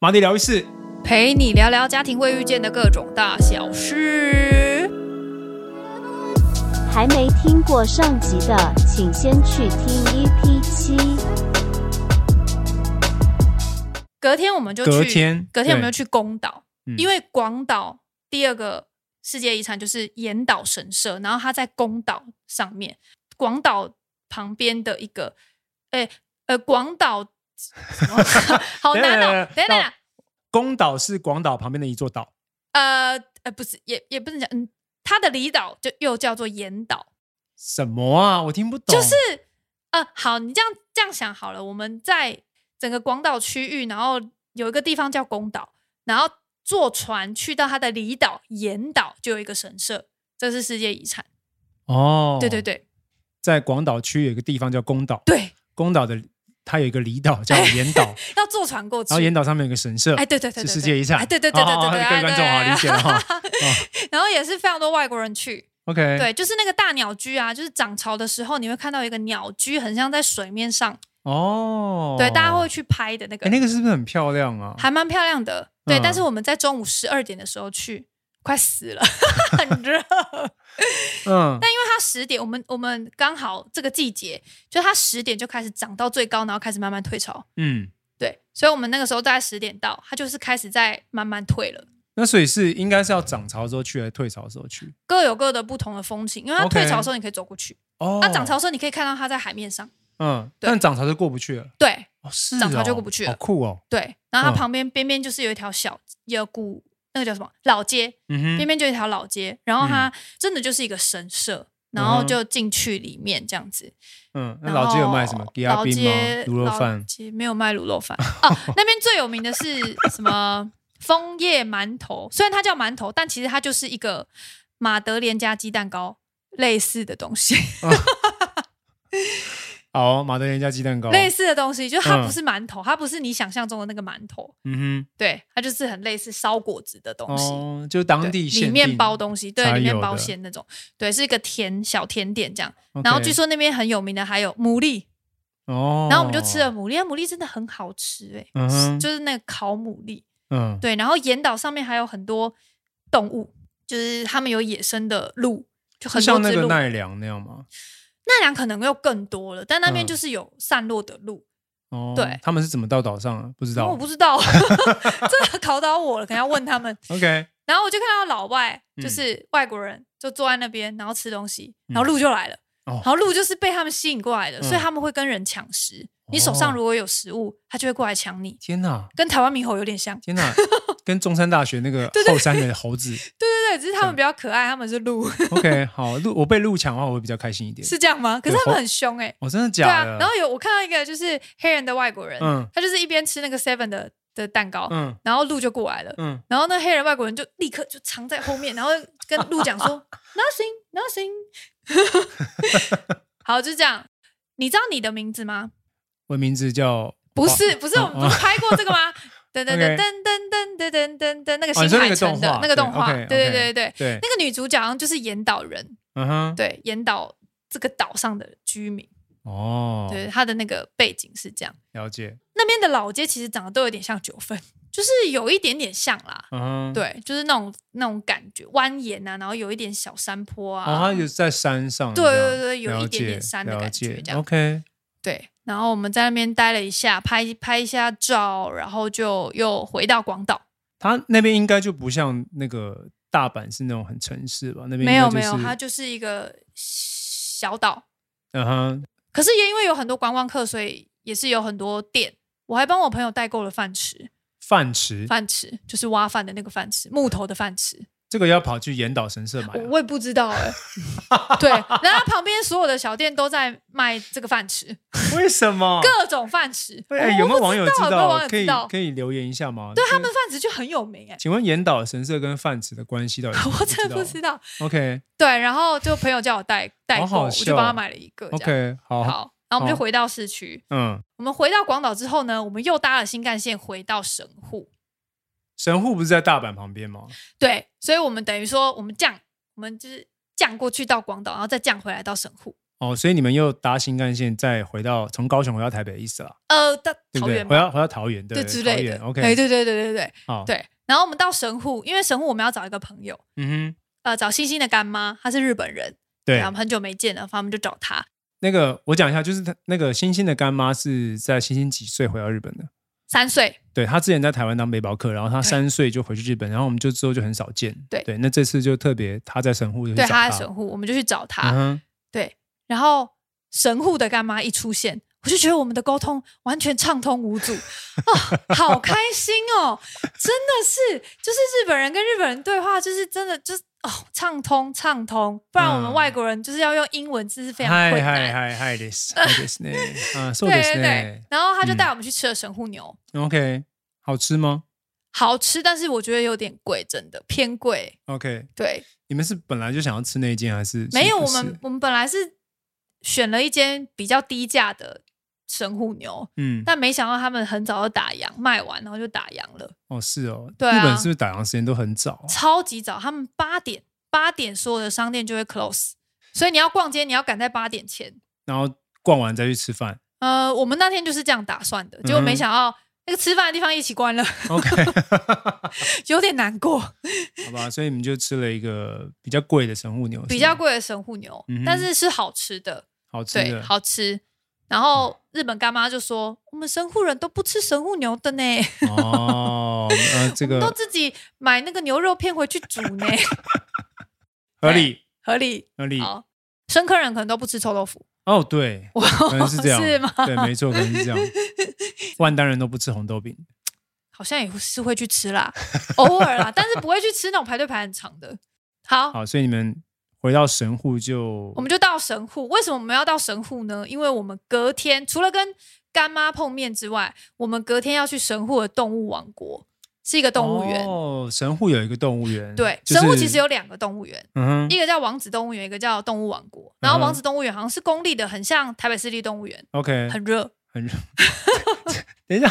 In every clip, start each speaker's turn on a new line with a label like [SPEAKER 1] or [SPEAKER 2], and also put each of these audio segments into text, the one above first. [SPEAKER 1] 马蒂聊一次，
[SPEAKER 2] 陪你聊聊家庭会遇见的各种大小事。
[SPEAKER 3] 还没听过上集的，请先去听 EP 七。
[SPEAKER 2] 隔天我们就去，
[SPEAKER 1] 隔天
[SPEAKER 2] 隔天我们
[SPEAKER 1] 对
[SPEAKER 2] 就去宫岛，
[SPEAKER 1] 嗯
[SPEAKER 2] 因为广岛第二个世界遗产就是岩岛神社，然后它在宫岛上面，广岛旁边的一个，哎呃，广岛什么 好难哦，等一下等一下，
[SPEAKER 1] 宫岛是广岛旁边的一座岛，
[SPEAKER 2] 呃呃，不是，也也不能讲，嗯，它的离岛就又叫做岩岛，
[SPEAKER 1] 什么啊？我听不懂。
[SPEAKER 2] 就是呃，好，你这样这样想好了，我们在整个广岛区域，然后有一个地方叫宫岛，然后坐船去到它的离岛岩岛，就有一个神社，这是世界遗产。
[SPEAKER 1] 哦，
[SPEAKER 2] 对对，对
[SPEAKER 1] 在广岛区有一个地方叫宫岛，
[SPEAKER 2] 对，
[SPEAKER 1] 宫岛的它有一个离岛叫岩 岛，然
[SPEAKER 2] 要坐船过去
[SPEAKER 1] 后。岩岛上面有个神社，
[SPEAKER 2] 哎，对对对对，
[SPEAKER 1] 是
[SPEAKER 2] 对
[SPEAKER 1] 世界遗产
[SPEAKER 2] 哎，对对对对
[SPEAKER 1] 哦
[SPEAKER 2] 对
[SPEAKER 1] 哦
[SPEAKER 2] 对，
[SPEAKER 1] 各位
[SPEAKER 2] 哎
[SPEAKER 1] 观众好
[SPEAKER 2] 对
[SPEAKER 1] 理解了哈 哎
[SPEAKER 2] 然后也是非常多外国人去，
[SPEAKER 1] ，OK，
[SPEAKER 2] 对，就是那个大鸟居啊，就是涨潮的时候，你会看到一个鸟居，很像在水面上，
[SPEAKER 1] 哦，
[SPEAKER 2] 对，大家会去拍的那个
[SPEAKER 1] 哎，，那个是不是很漂亮啊？
[SPEAKER 2] 还蛮漂亮的。
[SPEAKER 1] 嗯
[SPEAKER 2] 对，但是我们在中午十二点的时候去，快死了， 很热。
[SPEAKER 1] 嗯，
[SPEAKER 2] 因为它十点，我们我们刚好这个季节，就它十点就开始涨到最高，然后开始慢慢退潮。
[SPEAKER 1] 嗯，
[SPEAKER 2] 对，所以我们那个时候大概十点到，它就是开始在慢慢退了。
[SPEAKER 1] 那所以是应该是要涨潮的时候去，还是退潮的时候去？
[SPEAKER 2] 各有各的不同的风情，因为它
[SPEAKER 1] OK
[SPEAKER 2] 退潮的时候你可以走过去，
[SPEAKER 1] 哦，
[SPEAKER 2] 它、啊涨潮，的时候你可以看到它在海面上。
[SPEAKER 1] 嗯，
[SPEAKER 2] 对
[SPEAKER 1] 但涨潮就过不去了。
[SPEAKER 2] 对
[SPEAKER 1] 哦，是
[SPEAKER 2] 涨潮
[SPEAKER 1] 哦
[SPEAKER 2] 就过不去了
[SPEAKER 1] 好酷哦。
[SPEAKER 2] 对，然
[SPEAKER 1] 嗯
[SPEAKER 2] 后它旁边边边就是有一条小有古那个叫什么老街，
[SPEAKER 1] 嗯
[SPEAKER 2] 边
[SPEAKER 1] 哼，
[SPEAKER 2] 边就有一条老街，然后它真的就是一个神社，然后就进去里面这样子。
[SPEAKER 1] 嗯，那
[SPEAKER 2] 然
[SPEAKER 1] 老街有
[SPEAKER 2] 后
[SPEAKER 1] 卖什么？吉亚
[SPEAKER 2] 老
[SPEAKER 1] 冰吗
[SPEAKER 2] 街？
[SPEAKER 1] 卤肉
[SPEAKER 2] 老
[SPEAKER 1] 饭？
[SPEAKER 2] 街没有卖卤肉饭哦、那边最有名的是什么？枫叶馒头，虽然它叫馒头，但其实它就是一个马德莲加鸡蛋糕类似的东西，
[SPEAKER 1] 好，马德莲加鸡蛋糕。
[SPEAKER 2] 类似的东西，就是它
[SPEAKER 1] 哦嗯
[SPEAKER 2] 不是馒头，它不是你想象中的那个馒头，
[SPEAKER 1] 嗯
[SPEAKER 2] 对，它就是很类似烧果子的
[SPEAKER 1] 哼，
[SPEAKER 2] 东西。
[SPEAKER 1] 哦，就当
[SPEAKER 2] 对
[SPEAKER 1] 地
[SPEAKER 2] 里
[SPEAKER 1] 限
[SPEAKER 2] 面
[SPEAKER 1] 定
[SPEAKER 2] 包东西，对，
[SPEAKER 1] 才
[SPEAKER 2] 里面
[SPEAKER 1] 有
[SPEAKER 2] 包
[SPEAKER 1] 的
[SPEAKER 2] 馅那种，对，是一个甜小甜点这样。
[SPEAKER 1] OK
[SPEAKER 2] 然后据说那边很有名的还有牡蛎，
[SPEAKER 1] 哦，
[SPEAKER 2] 然后我们就吃了，牡蛎，啊牡蛎真的很好吃哎、
[SPEAKER 1] 嗯哼
[SPEAKER 2] 就是那个烤牡蛎。
[SPEAKER 1] 嗯，
[SPEAKER 2] 对，然后岩岛上面还有很多动物，就是他们有野生的鹿，就很
[SPEAKER 1] 就
[SPEAKER 2] 多
[SPEAKER 1] 像那
[SPEAKER 2] 只
[SPEAKER 1] 个
[SPEAKER 2] 鹿。
[SPEAKER 1] 奈良那样吗？
[SPEAKER 2] 奈良可能又更多了，但那
[SPEAKER 1] 嗯
[SPEAKER 2] 边就是有散落的鹿，
[SPEAKER 1] 哦，
[SPEAKER 2] 对
[SPEAKER 1] 他们是怎么到岛上啊？不知
[SPEAKER 2] 因为
[SPEAKER 1] 道
[SPEAKER 2] 我。不知道， 这个考倒我了，可能要问他们。
[SPEAKER 1] OK，
[SPEAKER 2] 然后我就看到老外，就
[SPEAKER 1] 嗯
[SPEAKER 2] 是外国人，就坐在那边，然后吃东西，然
[SPEAKER 1] 嗯
[SPEAKER 2] 后鹿就来了。
[SPEAKER 1] 哦
[SPEAKER 2] 然后鹿就是被他们吸引过来的，
[SPEAKER 1] 嗯
[SPEAKER 2] 所以他们会跟人抢食。你手上
[SPEAKER 1] 哦
[SPEAKER 2] 如果有食物，它就会过来抢你，
[SPEAKER 1] 天哪，
[SPEAKER 2] 跟台湾猕猴有点像。
[SPEAKER 1] 天哪，跟中山大学那个后山的猴 子。
[SPEAKER 2] 对对对，只是他们比较可爱，他们是鹿，
[SPEAKER 1] OK，好，鹿我被鹿抢的话，我会比较开心一点。
[SPEAKER 2] 是这样吗？可是
[SPEAKER 1] 对
[SPEAKER 2] 他们
[SPEAKER 1] 猴
[SPEAKER 2] 很凶哎、
[SPEAKER 1] 哦，真的
[SPEAKER 2] 对
[SPEAKER 1] 假
[SPEAKER 2] 啊
[SPEAKER 1] 的？，
[SPEAKER 2] 然后有我看到一个就是黑人的外国人，
[SPEAKER 1] 嗯
[SPEAKER 2] 他就是一边吃那个 Seven 的的蛋糕，
[SPEAKER 1] 嗯
[SPEAKER 2] 然后鹿就过来了，
[SPEAKER 1] 嗯，
[SPEAKER 2] 然后那黑人外国人就立刻就藏在后面，然后跟鹿讲说 nothing nothing，好，就这样。你知道你的名字吗？
[SPEAKER 1] 我的名字叫
[SPEAKER 2] 不是，不是，我们不是拍过这 个吗？噔噔噔
[SPEAKER 1] 哦 OK
[SPEAKER 2] 噔噔噔噔噔噔噔，那个
[SPEAKER 1] 哦你
[SPEAKER 2] 新
[SPEAKER 1] 说那
[SPEAKER 2] 海
[SPEAKER 1] 个
[SPEAKER 2] 诚
[SPEAKER 1] 动
[SPEAKER 2] 的
[SPEAKER 1] 画
[SPEAKER 2] 那个动
[SPEAKER 1] 对
[SPEAKER 2] 画，对
[SPEAKER 1] OK，
[SPEAKER 2] 对
[SPEAKER 1] OK
[SPEAKER 2] 对对，
[SPEAKER 1] 对，
[SPEAKER 2] 那个女主角好像就是岩岛人，
[SPEAKER 1] 嗯哼，
[SPEAKER 2] 对，岩岛这个岛上的居民，
[SPEAKER 1] 哦，
[SPEAKER 2] 对，她的那个背景是这样。
[SPEAKER 1] 了解，
[SPEAKER 2] 那边的老街其实长得都有点像九份，就是有一点点像啦。
[SPEAKER 1] 嗯哼，。
[SPEAKER 2] 对，就是那种那种感觉，蜿蜒啊，然后有一点小山坡啊。
[SPEAKER 1] 哦，它有在山上这
[SPEAKER 2] 对
[SPEAKER 1] 样，
[SPEAKER 2] 对对有一
[SPEAKER 1] 了
[SPEAKER 2] 点点
[SPEAKER 1] 解
[SPEAKER 2] 山的
[SPEAKER 1] 了
[SPEAKER 2] 感觉
[SPEAKER 1] 解
[SPEAKER 2] 这样
[SPEAKER 1] OK，
[SPEAKER 2] 对，然后我们在那边待了一下，拍拍一下照，然后就又回到广岛。
[SPEAKER 1] 它那边应该就不像那个大阪是那种很城市吧？那边应该
[SPEAKER 2] 没有
[SPEAKER 1] 就
[SPEAKER 2] 没有，
[SPEAKER 1] 是
[SPEAKER 2] 它就是一个小岛。
[SPEAKER 1] 嗯哼，
[SPEAKER 2] 可是也因为有很多观光客，所以也是有很多店。我还帮我朋友代购了饭吃，
[SPEAKER 1] 饭池
[SPEAKER 2] 饭池就是挖饭的那个饭池，木头的饭池。
[SPEAKER 1] 这个要跑去岩岛神社买啊、
[SPEAKER 2] 我也不知道 哎、对，然后旁边所有的小店都在卖这个饭吃，
[SPEAKER 1] 为什 么？
[SPEAKER 2] 各种饭吃。
[SPEAKER 1] 哎、有没有网友
[SPEAKER 2] 知
[SPEAKER 1] 知
[SPEAKER 2] 道？有没有网友
[SPEAKER 1] 可
[SPEAKER 2] 知
[SPEAKER 1] 以
[SPEAKER 2] 道？
[SPEAKER 1] 可以留言一下吗？
[SPEAKER 2] 对他们饭吃就很有名哎、
[SPEAKER 1] 请问岩岛神社跟泛指的关系到底是什么？
[SPEAKER 2] 我真的不
[SPEAKER 1] 知
[SPEAKER 2] 知道。
[SPEAKER 1] 道。OK
[SPEAKER 2] 对，然后就朋友叫我代
[SPEAKER 1] 好
[SPEAKER 2] 代购，
[SPEAKER 1] 好
[SPEAKER 2] 我
[SPEAKER 1] 笑哦
[SPEAKER 2] 就帮他买了一个。这样
[SPEAKER 1] OK，好，
[SPEAKER 2] 好，然后我们就
[SPEAKER 1] 好
[SPEAKER 2] 回到市区。
[SPEAKER 1] 嗯，
[SPEAKER 2] 我们回到广岛之后呢，我们又搭了新干线回到神户。
[SPEAKER 1] 神户不是在大阪旁边吗？
[SPEAKER 2] 对，所以我们等于说我们降，我们就是降过去到广岛，然后再降回来到神户。
[SPEAKER 1] 哦，所以你们又搭新干线，再回到从高雄回到台北的意思啦，
[SPEAKER 2] 呃，到
[SPEAKER 1] 对不
[SPEAKER 2] 桃
[SPEAKER 1] 对？
[SPEAKER 2] 园
[SPEAKER 1] 回
[SPEAKER 2] 吧，
[SPEAKER 1] 到回到桃园，对
[SPEAKER 2] 之类的。
[SPEAKER 1] OK，
[SPEAKER 2] 哎，对对对对对
[SPEAKER 1] 好，，
[SPEAKER 2] 对。然后我们到神户，因为神户我们要找一个朋友，
[SPEAKER 1] 嗯哼，
[SPEAKER 2] 呃，找星星的干妈，她是日本人，
[SPEAKER 1] 对
[SPEAKER 2] 然。后很久没见了，反正我们就找她。
[SPEAKER 1] 那个我讲一下，就是他那个星星的干妈是在星星几岁回到日本的？
[SPEAKER 2] 三岁，
[SPEAKER 1] 对他之前在台湾当背包客，然后他
[SPEAKER 2] 对
[SPEAKER 1] 三岁就回去日本，然后我们就之后就很少见。
[SPEAKER 2] 对
[SPEAKER 1] 对，那这次就特别他在神户就去
[SPEAKER 2] 对，
[SPEAKER 1] 找
[SPEAKER 2] 她在神户，我啊们就去找她。
[SPEAKER 1] 嗯哼，
[SPEAKER 2] 对，然后神户的干妈一出现，我就觉得我们的沟通完全畅通 无阻，哦，好开心哦！真的是，就是日本人跟日本人对话，就是真的就是哦，畅通畅通，不然我们
[SPEAKER 1] 嗯
[SPEAKER 2] 外国人就是要用英文，真是非常
[SPEAKER 1] 嗨
[SPEAKER 2] 困
[SPEAKER 1] 嗨
[SPEAKER 2] 难。
[SPEAKER 1] 嗨嗨です嗨 ですね，啊，そう
[SPEAKER 2] 对
[SPEAKER 1] です
[SPEAKER 2] 对对
[SPEAKER 1] ね，。
[SPEAKER 2] 然后他就带我们去吃了神户牛，
[SPEAKER 1] OK，好吃吗
[SPEAKER 2] 好吃，但是我觉得有点贵，真的偏贵。
[SPEAKER 1] ？OK，
[SPEAKER 2] 对，
[SPEAKER 1] 你们是本来就想要吃那一间，还是
[SPEAKER 2] 没有，
[SPEAKER 1] 是不
[SPEAKER 2] 我
[SPEAKER 1] 是
[SPEAKER 2] 们我们本来是选了一间比较低价的神户牛，
[SPEAKER 1] 嗯
[SPEAKER 2] 但没想到他们很早就打烊，卖完然后就打烊了，
[SPEAKER 1] 哦是哦，
[SPEAKER 2] 对啊
[SPEAKER 1] 日本是不是打烊时间都很早啊？
[SPEAKER 2] 超级早。他们八点八点所有的商店就会 close，所以你要逛街，你要赶在八点前。
[SPEAKER 1] 然后逛完再去吃饭。
[SPEAKER 2] 呃，我们那天就是这样打算的，结果没
[SPEAKER 1] 嗯
[SPEAKER 2] 想到那个吃饭的地方一起关了，
[SPEAKER 1] OK，好
[SPEAKER 2] 有点难过。
[SPEAKER 1] 吧，所以你们就吃了一个比较贵的神户牛，
[SPEAKER 2] 比
[SPEAKER 1] 是吗
[SPEAKER 2] 较，贵的神户牛，
[SPEAKER 1] 嗯哼
[SPEAKER 2] 但是是好吃的，
[SPEAKER 1] 好吃
[SPEAKER 2] 对，
[SPEAKER 1] 的。
[SPEAKER 2] 好吃。然后日本干妈就说：“我们神户人都不吃神户牛的呢，
[SPEAKER 1] 哦，呃，这
[SPEAKER 2] 我们
[SPEAKER 1] 个
[SPEAKER 2] 都自己买那个牛肉片回去煮 呢，
[SPEAKER 1] 合理
[SPEAKER 2] 合理。
[SPEAKER 1] 合”理。
[SPEAKER 2] 好，深坑人可能都不吃臭豆腐，
[SPEAKER 1] 哦， 对，可能是这样，
[SPEAKER 2] 是吗
[SPEAKER 1] 对，没错，可能是 这样。万丹人都不吃红豆饼，
[SPEAKER 2] 好像也是会去吃啦，偶尔啦，但是不会去吃那种排队排很长的。好，
[SPEAKER 1] 好，所以你们回到神户就
[SPEAKER 2] 我们就到神户。为什么我们要到神户呢？因为我们隔天除了跟干妈碰面之外，我们隔天要去神户的动物王国，是一个动物园。
[SPEAKER 1] 哦，神户有一个动物园，
[SPEAKER 2] 对，
[SPEAKER 1] 就是
[SPEAKER 2] 神户其实有两个动物园，
[SPEAKER 1] 嗯哼
[SPEAKER 2] 一个叫王子动物园，一个叫动物王国。然后
[SPEAKER 1] 嗯哼
[SPEAKER 2] 王子动物园好像是公立的，很像台北市立动物园，
[SPEAKER 1] ，OK，
[SPEAKER 2] 很热。
[SPEAKER 1] 很热。等一下，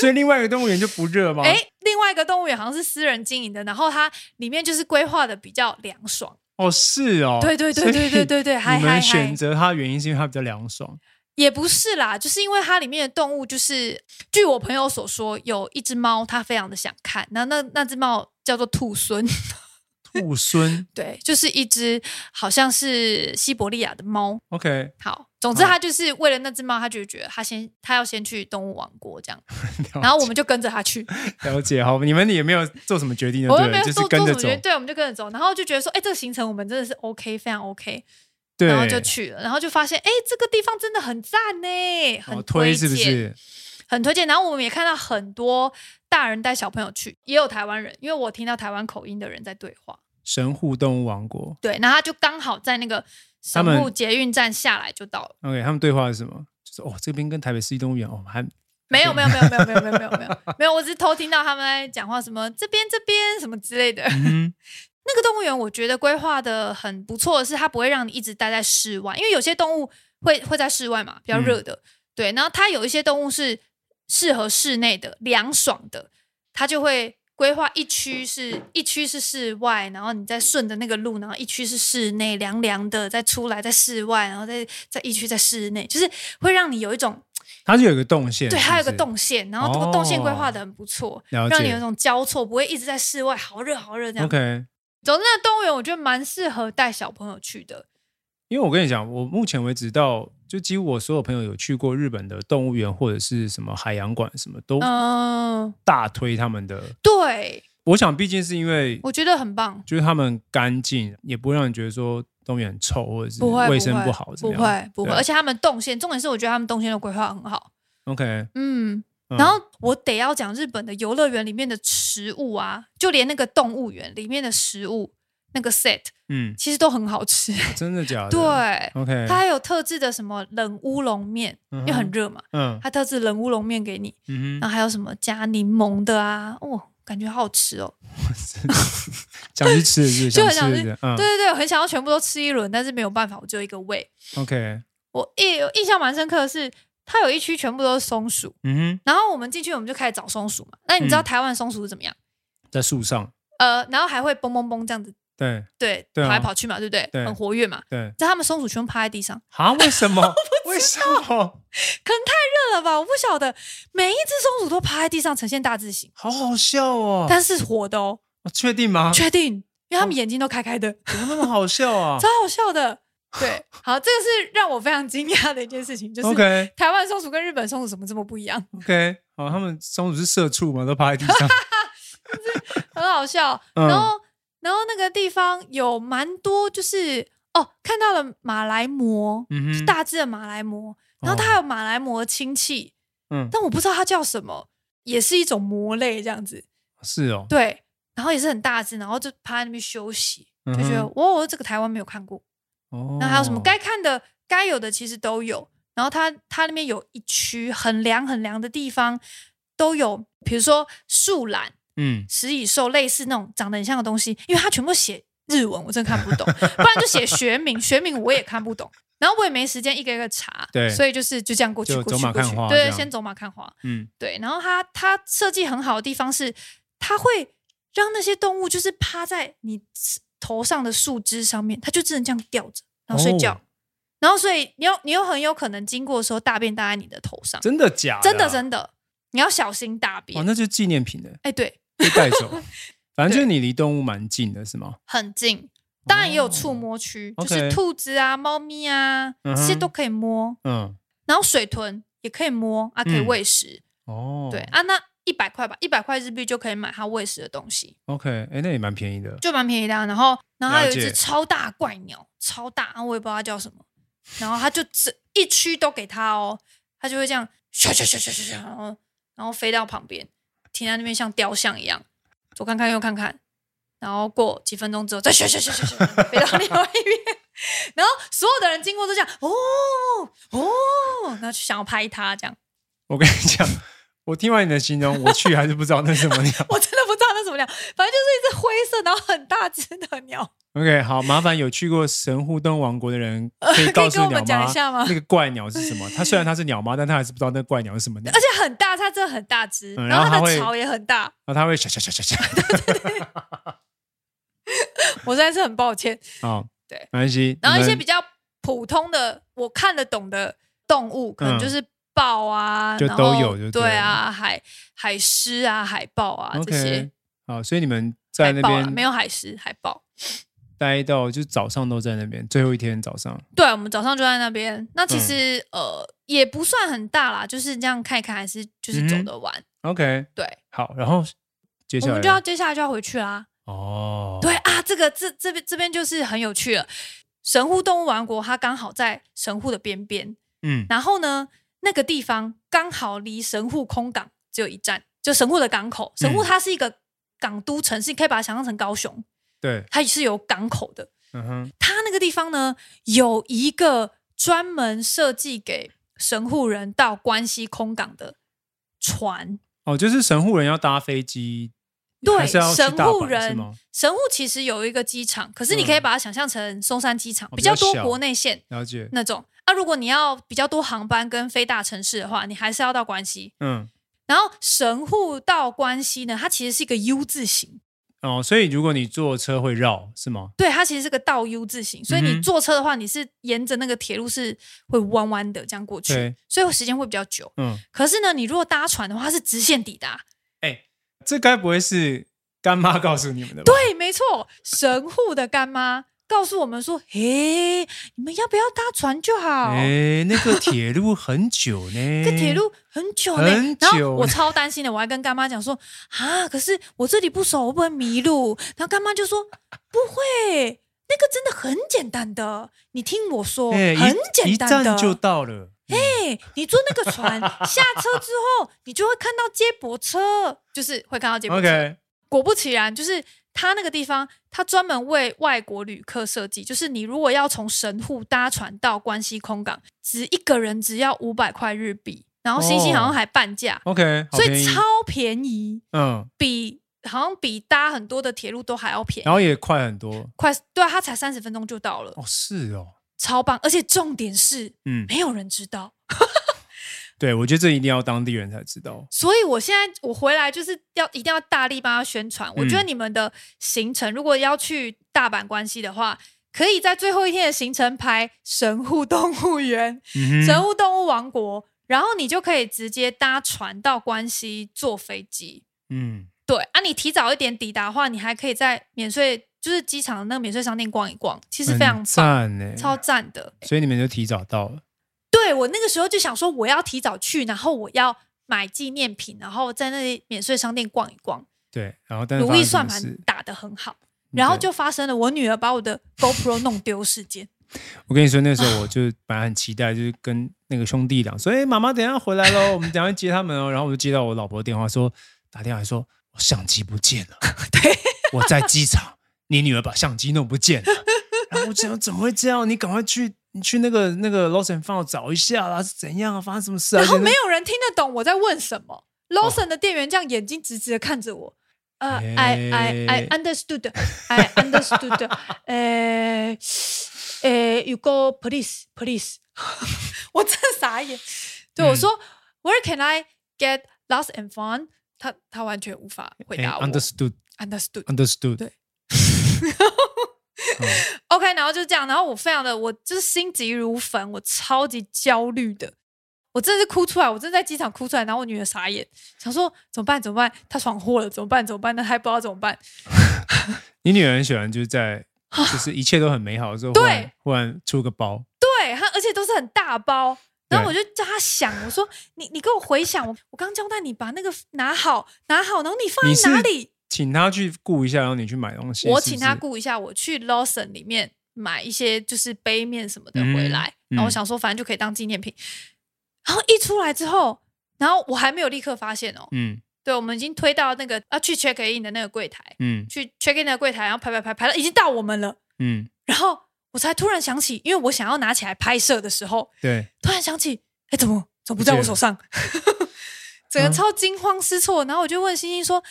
[SPEAKER 1] 所以另外一个动物园就不热吗？
[SPEAKER 2] 哎、另外一个动物园好像是私人经营的，然后它里面就是规划的比较凉爽。
[SPEAKER 1] 哦，是哦，
[SPEAKER 2] 对对对对对对对
[SPEAKER 1] 所以
[SPEAKER 2] 嗨
[SPEAKER 1] 你
[SPEAKER 2] 嗨
[SPEAKER 1] 们
[SPEAKER 2] 嗨
[SPEAKER 1] 选择它的原因是因为它比较凉爽，
[SPEAKER 2] 也不是啦，就是因为它里面的动物，就是据我朋友所说，有一只猫，它非常的想看。那那那只猫叫做兔孙，
[SPEAKER 1] 兔孙
[SPEAKER 2] 对，就是一只好像是西伯利亚的猫。
[SPEAKER 1] ，OK，
[SPEAKER 2] 好，总之
[SPEAKER 1] 好
[SPEAKER 2] 他就是为了那只猫，他就觉得他先他要先去动物王国这样，
[SPEAKER 1] 了
[SPEAKER 2] 然后我们就跟着 他去，
[SPEAKER 1] 了解，好，你们也没有做什么决定的，
[SPEAKER 2] 我
[SPEAKER 1] 对
[SPEAKER 2] 们
[SPEAKER 1] 了，
[SPEAKER 2] 没有
[SPEAKER 1] 就
[SPEAKER 2] 做
[SPEAKER 1] 是
[SPEAKER 2] 做
[SPEAKER 1] 跟
[SPEAKER 2] 什
[SPEAKER 1] 着
[SPEAKER 2] 么
[SPEAKER 1] 走
[SPEAKER 2] 决，定，对，我们就跟着走，然后就觉得说，哎，这个行程我们真的是 OK，非常 OK，
[SPEAKER 1] 对，
[SPEAKER 2] 然后就去了，然后就发现，哎，这个地方真的很赞呢，
[SPEAKER 1] 哦
[SPEAKER 2] 很
[SPEAKER 1] 推
[SPEAKER 2] 推
[SPEAKER 1] 是不
[SPEAKER 2] 荐
[SPEAKER 1] 是？
[SPEAKER 2] 很推荐。然后我们也看到很多大人带小朋友去，也有台湾人，因为我听到台湾口音的人在对话。
[SPEAKER 1] 神户动物王国
[SPEAKER 2] 对，然后他就刚好在那个
[SPEAKER 1] 他
[SPEAKER 2] 神
[SPEAKER 1] 们
[SPEAKER 2] 户捷运站下来就到了。
[SPEAKER 1] ，OK，他们对话是什么？就是哦，这边跟台北市立动物园哦，还
[SPEAKER 2] 没有没有没有没有没有没有没有没有没有，我只是偷听到他们在讲话，什么这边这边什么之 类的。
[SPEAKER 1] 嗯
[SPEAKER 2] 那个动物园我觉得规划的很不错，是它不会让你一直待在室外，因为有些动物会会在室外嘛，比较
[SPEAKER 1] 嗯
[SPEAKER 2] 热的。对，然后它有一些动物是适合室内的、凉爽的，它就会规划一区是一区是室外，然后你再顺着那个路，然后一区是室内凉凉的，再出来在室外，然后再再一区在室内，就是会让你有一种
[SPEAKER 1] 它是有一个动线，
[SPEAKER 2] 对，
[SPEAKER 1] 是不
[SPEAKER 2] 它有个
[SPEAKER 1] 是哦
[SPEAKER 2] 动线，然后这个动线规划的很不错，
[SPEAKER 1] 了
[SPEAKER 2] 让你有
[SPEAKER 1] 解
[SPEAKER 2] 一种交错，不会一直在室外好热好热这样。
[SPEAKER 1] ，OK。
[SPEAKER 2] 总之，那个动物园我觉得蛮适合带小朋友去的。
[SPEAKER 1] 因为我跟你讲，我目前为止到就几乎我所有朋友有去过日本的动物园或者是什么海洋馆，什么都
[SPEAKER 2] 嗯，
[SPEAKER 1] 大推他们的。
[SPEAKER 2] 对，
[SPEAKER 1] 我想，毕竟是因为
[SPEAKER 2] 我觉得很棒，
[SPEAKER 1] 就是他们干净，也不会让你觉得说动物园很臭或者是
[SPEAKER 2] 不会
[SPEAKER 1] 卫生
[SPEAKER 2] 不
[SPEAKER 1] 好，怎
[SPEAKER 2] 不
[SPEAKER 1] 么样
[SPEAKER 2] 会不会，
[SPEAKER 1] 对
[SPEAKER 2] 而且他们动线，重点是我觉得他们动线的规划很好。
[SPEAKER 1] OK，
[SPEAKER 2] 嗯，
[SPEAKER 1] 嗯
[SPEAKER 2] 然后我得要讲日本的游乐园里面的食物啊，就连那个动物园里面的食物那个 set
[SPEAKER 1] 嗯，
[SPEAKER 2] 其实都很好吃。
[SPEAKER 1] 真的假的？
[SPEAKER 2] 对，
[SPEAKER 1] ，OK，
[SPEAKER 2] 它还有特制的什么冷乌龙面，因为很热嘛，
[SPEAKER 1] 嗯
[SPEAKER 2] 它特制冷乌龙面给你，
[SPEAKER 1] 嗯哼，
[SPEAKER 2] 然后还有什么加柠檬的啊，哦，感觉好好吃哦。
[SPEAKER 1] 想去吃是不是
[SPEAKER 2] 就很
[SPEAKER 1] 想吃
[SPEAKER 2] 想
[SPEAKER 1] 是不是嗯
[SPEAKER 2] 对对对，我很想要全部都吃一轮，但是没有办法，我只有一个胃。
[SPEAKER 1] ，OK，
[SPEAKER 2] 我印印象蛮深刻的是，它有一区全部都是松鼠，
[SPEAKER 1] 嗯
[SPEAKER 2] 然后我们进去我们就开始找松鼠嘛。那你知道
[SPEAKER 1] 嗯
[SPEAKER 2] 台湾松鼠是怎么样？
[SPEAKER 1] 哼，在树上，
[SPEAKER 2] 呃，然后还会蹦蹦蹦这样子，
[SPEAKER 1] 对
[SPEAKER 2] 对，
[SPEAKER 1] 对啊
[SPEAKER 2] 跑来跑去嘛，对不对？
[SPEAKER 1] 对
[SPEAKER 2] 很活跃嘛。
[SPEAKER 1] 对，
[SPEAKER 2] 但他们松鼠全部趴在地上，
[SPEAKER 1] 啊，为什 么？为什么？
[SPEAKER 2] 可能太热了吧？我不晓得，每一只松鼠都趴在地上呈现大字形，
[SPEAKER 1] 好好笑哦！
[SPEAKER 2] 但是活的哦，
[SPEAKER 1] 我确定吗？
[SPEAKER 2] 确定，因为他们眼睛都开开的，
[SPEAKER 1] 怎么那么好笑啊
[SPEAKER 2] 超好笑的。对，好，这个是让我非常惊讶的一件事情，就是
[SPEAKER 1] 哦？OK
[SPEAKER 2] 台湾松鼠跟日本松鼠怎么这么不一样，
[SPEAKER 1] OK，好，他们松鼠是社畜嘛，都趴在地 上。
[SPEAKER 2] 很好笑。
[SPEAKER 1] 嗯
[SPEAKER 2] 然后，然后那个地方有蛮多，就是哦，看到了马来貘，
[SPEAKER 1] 嗯哦哼，
[SPEAKER 2] 大致的马来貘，然后它还有马来貘的亲戚，
[SPEAKER 1] 嗯
[SPEAKER 2] 但我不知道它叫什么，也是一种貘类这样子。
[SPEAKER 1] 是哦，
[SPEAKER 2] 对，然后也是很大只，然后就趴在那边休息，就觉得
[SPEAKER 1] 嗯
[SPEAKER 2] 哇、哦，这个台湾没有看过。
[SPEAKER 1] 哦，
[SPEAKER 2] 然后还有什么该看的、该有的其实都有。然后它它那边有一区很凉很凉的地方，都有，比如说树懒、
[SPEAKER 1] 嗯
[SPEAKER 2] 食蚁兽，类似那种长得很像的东西，因为它全部写日文，我真的看不懂，不然就写学名，学名我也看不懂。然后我也没时间一个一个查，
[SPEAKER 1] 对
[SPEAKER 2] 所以就是就这样过去
[SPEAKER 1] 就
[SPEAKER 2] 过
[SPEAKER 1] 走
[SPEAKER 2] 去
[SPEAKER 1] 马
[SPEAKER 2] 过
[SPEAKER 1] 看
[SPEAKER 2] 去
[SPEAKER 1] 花，这
[SPEAKER 2] 对，
[SPEAKER 1] 样
[SPEAKER 2] 先走马看花，
[SPEAKER 1] 嗯
[SPEAKER 2] 对。然后它它设计很好的地方是，它会让那些动物就是趴在你头上的树枝上面，它就只能这样吊着，然后睡觉。
[SPEAKER 1] 哦
[SPEAKER 2] 然后所以你有你有很有可能经过的时候，大便搭在你的头上，
[SPEAKER 1] 真的假的啊？
[SPEAKER 2] 真的真的，你要小心大
[SPEAKER 1] 哇，
[SPEAKER 2] 便。
[SPEAKER 1] 那就是纪念品的，
[SPEAKER 2] 哎，对，
[SPEAKER 1] 被带 走。反正就是你离动物蛮近的，是吗？
[SPEAKER 2] 很近。当然也有触摸区，
[SPEAKER 1] 哦
[SPEAKER 2] 就
[SPEAKER 1] OK
[SPEAKER 2] 是兔子啊、猫咪啊，
[SPEAKER 1] 嗯哼
[SPEAKER 2] 这些都可以摸。
[SPEAKER 1] 嗯，
[SPEAKER 2] 然后水豚也可以摸啊，可以喂食。
[SPEAKER 1] 哦，
[SPEAKER 2] 对啊，那一百块吧，一百块日币就可以买它喂食的东西，
[SPEAKER 1] ，OK，哎，那也蛮便宜的。
[SPEAKER 2] 就蛮便宜的啊、然后，然后还有一
[SPEAKER 1] 了
[SPEAKER 2] 只
[SPEAKER 1] 解
[SPEAKER 2] 超大怪鸟，超大，啊我也不知道它叫什么。然后它就这一区都给它哦，它就会这样咻咻咻咻咻咻，然后然后飞到旁边，停在那边像雕像一样，左看看右看看，然后过几分钟之后再咻咻咻咻咻飞到另外一边，然后所有的人经过都这样哦哦，然后就想要拍它这样，
[SPEAKER 1] 我跟你讲，我听完你的形容，我去还是不知道那是什么鸟。
[SPEAKER 2] 我真的不知道那什么鸟，反正就是一只灰色然后很大只的鸟，
[SPEAKER 1] OK，好，麻烦有去过神户动物王国的人，可以
[SPEAKER 2] 呃可
[SPEAKER 1] 告
[SPEAKER 2] 以
[SPEAKER 1] 诉
[SPEAKER 2] 跟我
[SPEAKER 1] 鸟
[SPEAKER 2] 们讲一
[SPEAKER 1] 妈
[SPEAKER 2] 下吗
[SPEAKER 1] 那个怪鸟是什么？它虽然它是鸟妈，但它还是不知道那个怪鸟是什么鸟
[SPEAKER 2] 而。且很大，它真的很大只，
[SPEAKER 1] 嗯
[SPEAKER 2] 然后
[SPEAKER 1] 然后它
[SPEAKER 2] 它
[SPEAKER 1] 会
[SPEAKER 2] 的巢也很大，
[SPEAKER 1] 然后它会唰唰唰唰唰。
[SPEAKER 2] 我实在是很抱歉。
[SPEAKER 1] 好，
[SPEAKER 2] 对
[SPEAKER 1] 没关系。
[SPEAKER 2] 然后一些
[SPEAKER 1] 你们
[SPEAKER 2] 比较普通的，我看得懂的动物，可能就是豹啊，
[SPEAKER 1] 嗯就
[SPEAKER 2] 然
[SPEAKER 1] 都
[SPEAKER 2] 后
[SPEAKER 1] 有就对
[SPEAKER 2] 对啊，海海狮啊，海豹啊这
[SPEAKER 1] OK
[SPEAKER 2] 些，
[SPEAKER 1] 好，所以你们在
[SPEAKER 2] 海
[SPEAKER 1] 那
[SPEAKER 2] 豹啊，没
[SPEAKER 1] 边
[SPEAKER 2] 有海狮，海豹。
[SPEAKER 1] 待到就早上都在那边，最后一天早上。
[SPEAKER 2] 对，我们早上就在那边。那其实、
[SPEAKER 1] 嗯
[SPEAKER 2] 呃也不算很大啦，就是这样看一看，还是就是走
[SPEAKER 1] 嗯哼
[SPEAKER 2] 得完。
[SPEAKER 1] OK，
[SPEAKER 2] 对，
[SPEAKER 1] 好，然后接
[SPEAKER 2] 我
[SPEAKER 1] 下来
[SPEAKER 2] 们就要接下来就要回去啦。
[SPEAKER 1] 哦，
[SPEAKER 2] 对啊，这个这这边这边就是很有趣了。神户动物王国它刚好在神户的边边，
[SPEAKER 1] 嗯，
[SPEAKER 2] 然后呢，那个地方刚好离神户空港只有一站，就神户的港口。神
[SPEAKER 1] 嗯
[SPEAKER 2] 户它是一个港都城市，你可以把它想象成高雄，
[SPEAKER 1] 对，
[SPEAKER 2] 它是有港口的。
[SPEAKER 1] 嗯哼，
[SPEAKER 2] 它那个地方呢，有一个专门设计给神户人到关西空港的船。
[SPEAKER 1] 哦，就是神户人要搭飞机，还
[SPEAKER 2] 对，
[SPEAKER 1] 是要去
[SPEAKER 2] 神
[SPEAKER 1] 大阪
[SPEAKER 2] 户
[SPEAKER 1] 是
[SPEAKER 2] 人
[SPEAKER 1] 吗？，
[SPEAKER 2] 神户其实有一个机场，可是你可以
[SPEAKER 1] 嗯
[SPEAKER 2] 把它想象成松山机场，
[SPEAKER 1] 哦
[SPEAKER 2] 比
[SPEAKER 1] 比较
[SPEAKER 2] 较多
[SPEAKER 1] 小
[SPEAKER 2] 国内线
[SPEAKER 1] 了解，
[SPEAKER 2] 那种。啊，如果你要比较多航班跟飞大城市的话，你还是要到关西。
[SPEAKER 1] 嗯，
[SPEAKER 2] 然后神户到关西呢，它其实是一个 U 字形，
[SPEAKER 1] 哦，所以如果你坐车会绕是吗？
[SPEAKER 2] 对，它其实是个倒 U 字形，所以
[SPEAKER 1] 嗯哼
[SPEAKER 2] 你坐车的话，你是沿着那个铁路是会弯弯的这样过去
[SPEAKER 1] 对，
[SPEAKER 2] 所以时间会比较久。
[SPEAKER 1] 嗯，
[SPEAKER 2] 可是呢，你如果搭船的话，它是直线抵达。
[SPEAKER 1] 这该不会是干妈告诉你们的吧？
[SPEAKER 2] 对，哎没错，神户的干妈告诉我们说：“嘿，你们要不要搭船就好？
[SPEAKER 1] 哎，那个铁路很久 呢，哎
[SPEAKER 2] 这啊铁路很久呢、
[SPEAKER 1] 嗯很久
[SPEAKER 2] 然
[SPEAKER 1] 呢
[SPEAKER 2] 后我超担心的，我还跟干妈讲说：“啊，可是我这里不熟，我不会迷路。”然后干妈就说：“不会，那个真的很简单的，你听我说，
[SPEAKER 1] 哎，一
[SPEAKER 2] 很简
[SPEAKER 1] 一
[SPEAKER 2] 单的。
[SPEAKER 1] 站就”到了，嗯
[SPEAKER 2] 哎、你坐那个船下车之后，你就会看到接驳车，就是会看到接驳车。
[SPEAKER 1] OK，
[SPEAKER 2] 果不其然，就是他那个地方，他专门为外国旅客设计。就是你如果要从神户搭船到关西空港，只一个人只要五百块日币，然后星星好像还半价，
[SPEAKER 1] OK，好
[SPEAKER 2] 所
[SPEAKER 1] 便
[SPEAKER 2] 以
[SPEAKER 1] 宜
[SPEAKER 2] 超便宜，
[SPEAKER 1] 嗯，
[SPEAKER 2] 比好像比搭很多的铁路都还要便
[SPEAKER 1] 然
[SPEAKER 2] 宜。
[SPEAKER 1] 后也快很多
[SPEAKER 2] 快，对啊，它才三十分钟就到了，
[SPEAKER 1] 哦，是哦，
[SPEAKER 2] 超棒！而且重点是
[SPEAKER 1] 嗯，
[SPEAKER 2] 没有人知道，
[SPEAKER 1] 对，我觉得这一定要当地人才知道，
[SPEAKER 2] 所以我现在我回来就是要一定要大力帮他宣传。我觉得你们的行程如果要去大阪关西的话，可以在最后一天的行程排神户动物园、
[SPEAKER 1] 嗯
[SPEAKER 2] 神
[SPEAKER 1] 哼，
[SPEAKER 2] 户动物王国，然后你就可以直接搭船到关西坐飞机。
[SPEAKER 1] 嗯，
[SPEAKER 2] 对啊，你提早一点抵达的话，你还可以在免税就是机场的那个免税商店逛一逛，其实非常
[SPEAKER 1] 很
[SPEAKER 2] 棒，
[SPEAKER 1] 赞呢，
[SPEAKER 2] 超赞的。
[SPEAKER 1] 所以你们就提早到了，
[SPEAKER 2] 对我那个时候就想说，我要提早去，然后我要买纪念品，然后在那里免税商店逛一逛。
[SPEAKER 1] 对，然后但是
[SPEAKER 2] 如
[SPEAKER 1] 发
[SPEAKER 2] 意
[SPEAKER 1] 生
[SPEAKER 2] 算
[SPEAKER 1] 什么
[SPEAKER 2] 盘
[SPEAKER 1] 事嗯
[SPEAKER 2] 打得很好，然后
[SPEAKER 1] 对
[SPEAKER 2] 就发生了我女儿把我的 GoPro 弄丢事件。
[SPEAKER 1] 我跟你说，那时候我就本来很期待，就是跟那个兄弟俩说：“哎、妈妈，等一下回来 喽，我们等一下去接他们哦。”然后我就接到我老婆的电话说，打电话来说我相机不见了，
[SPEAKER 2] 对，
[SPEAKER 1] 我在机场，你女儿把相机弄不见了。 然后我就想怎么会这样？你赶快去，你去那个那个 Lost and Found 找一下啦，是怎样啊？发生什么事啊？
[SPEAKER 2] 然后
[SPEAKER 1] 而且那
[SPEAKER 2] 没有人听得懂我在问什么。Lawson 的店员这样眼睛直直的看着我，呃，I I I
[SPEAKER 1] 哎
[SPEAKER 2] understood，I understood，呃，呃，You go please please，我真的傻眼。对我
[SPEAKER 1] 嗯
[SPEAKER 2] 说，Where can I get lost and found？他他完全无法回答我。
[SPEAKER 1] 哎 understood
[SPEAKER 2] Understood。
[SPEAKER 1] understood，
[SPEAKER 2] 对
[SPEAKER 1] 嗯
[SPEAKER 2] OK，然后就这样，然后我非常的，我就是心急如焚，我超级焦虑的，我真的是哭出来，我真的在机场哭出来，然后我女儿傻眼，想说怎么办？怎么办？她闯祸了，怎么办？怎么办？那还不知道怎么办。
[SPEAKER 1] 你女儿很喜欢就是在就是一切都很美好的时候，忽然
[SPEAKER 2] 对
[SPEAKER 1] 忽然出个包，
[SPEAKER 2] 对，她而且都是很大包，然后我
[SPEAKER 1] 对
[SPEAKER 2] 就叫她想，我说你你给我回想，我我刚交代你把那个拿好拿好，然后你放
[SPEAKER 1] 你
[SPEAKER 2] 在
[SPEAKER 1] 是
[SPEAKER 2] 哪里？
[SPEAKER 1] 请她去顾一下，然后你去买东西。
[SPEAKER 2] 我
[SPEAKER 1] 是不
[SPEAKER 2] 请他
[SPEAKER 1] 是
[SPEAKER 2] 顾一下，我去 Lawson 里面买一些就是杯面什么的回来，
[SPEAKER 1] 嗯
[SPEAKER 2] 然后
[SPEAKER 1] 嗯
[SPEAKER 2] 我想说反正就可以当纪念品。然后一出来之后，然后我还没有立刻发现哦，
[SPEAKER 1] 嗯
[SPEAKER 2] 对，我们已经推到那个啊去 check in 的那个柜台，
[SPEAKER 1] 嗯
[SPEAKER 2] 去 check in 的柜台，然后排排排排了，已经到我们了，
[SPEAKER 1] 嗯，
[SPEAKER 2] 然后我才突然想起，因为我想要拿起来拍摄的时候，
[SPEAKER 1] 对，
[SPEAKER 2] 突然想起，哎，怎么怎么不在我手上？ 整个
[SPEAKER 1] 嗯
[SPEAKER 2] 超惊慌失措。然后我就问星星说：“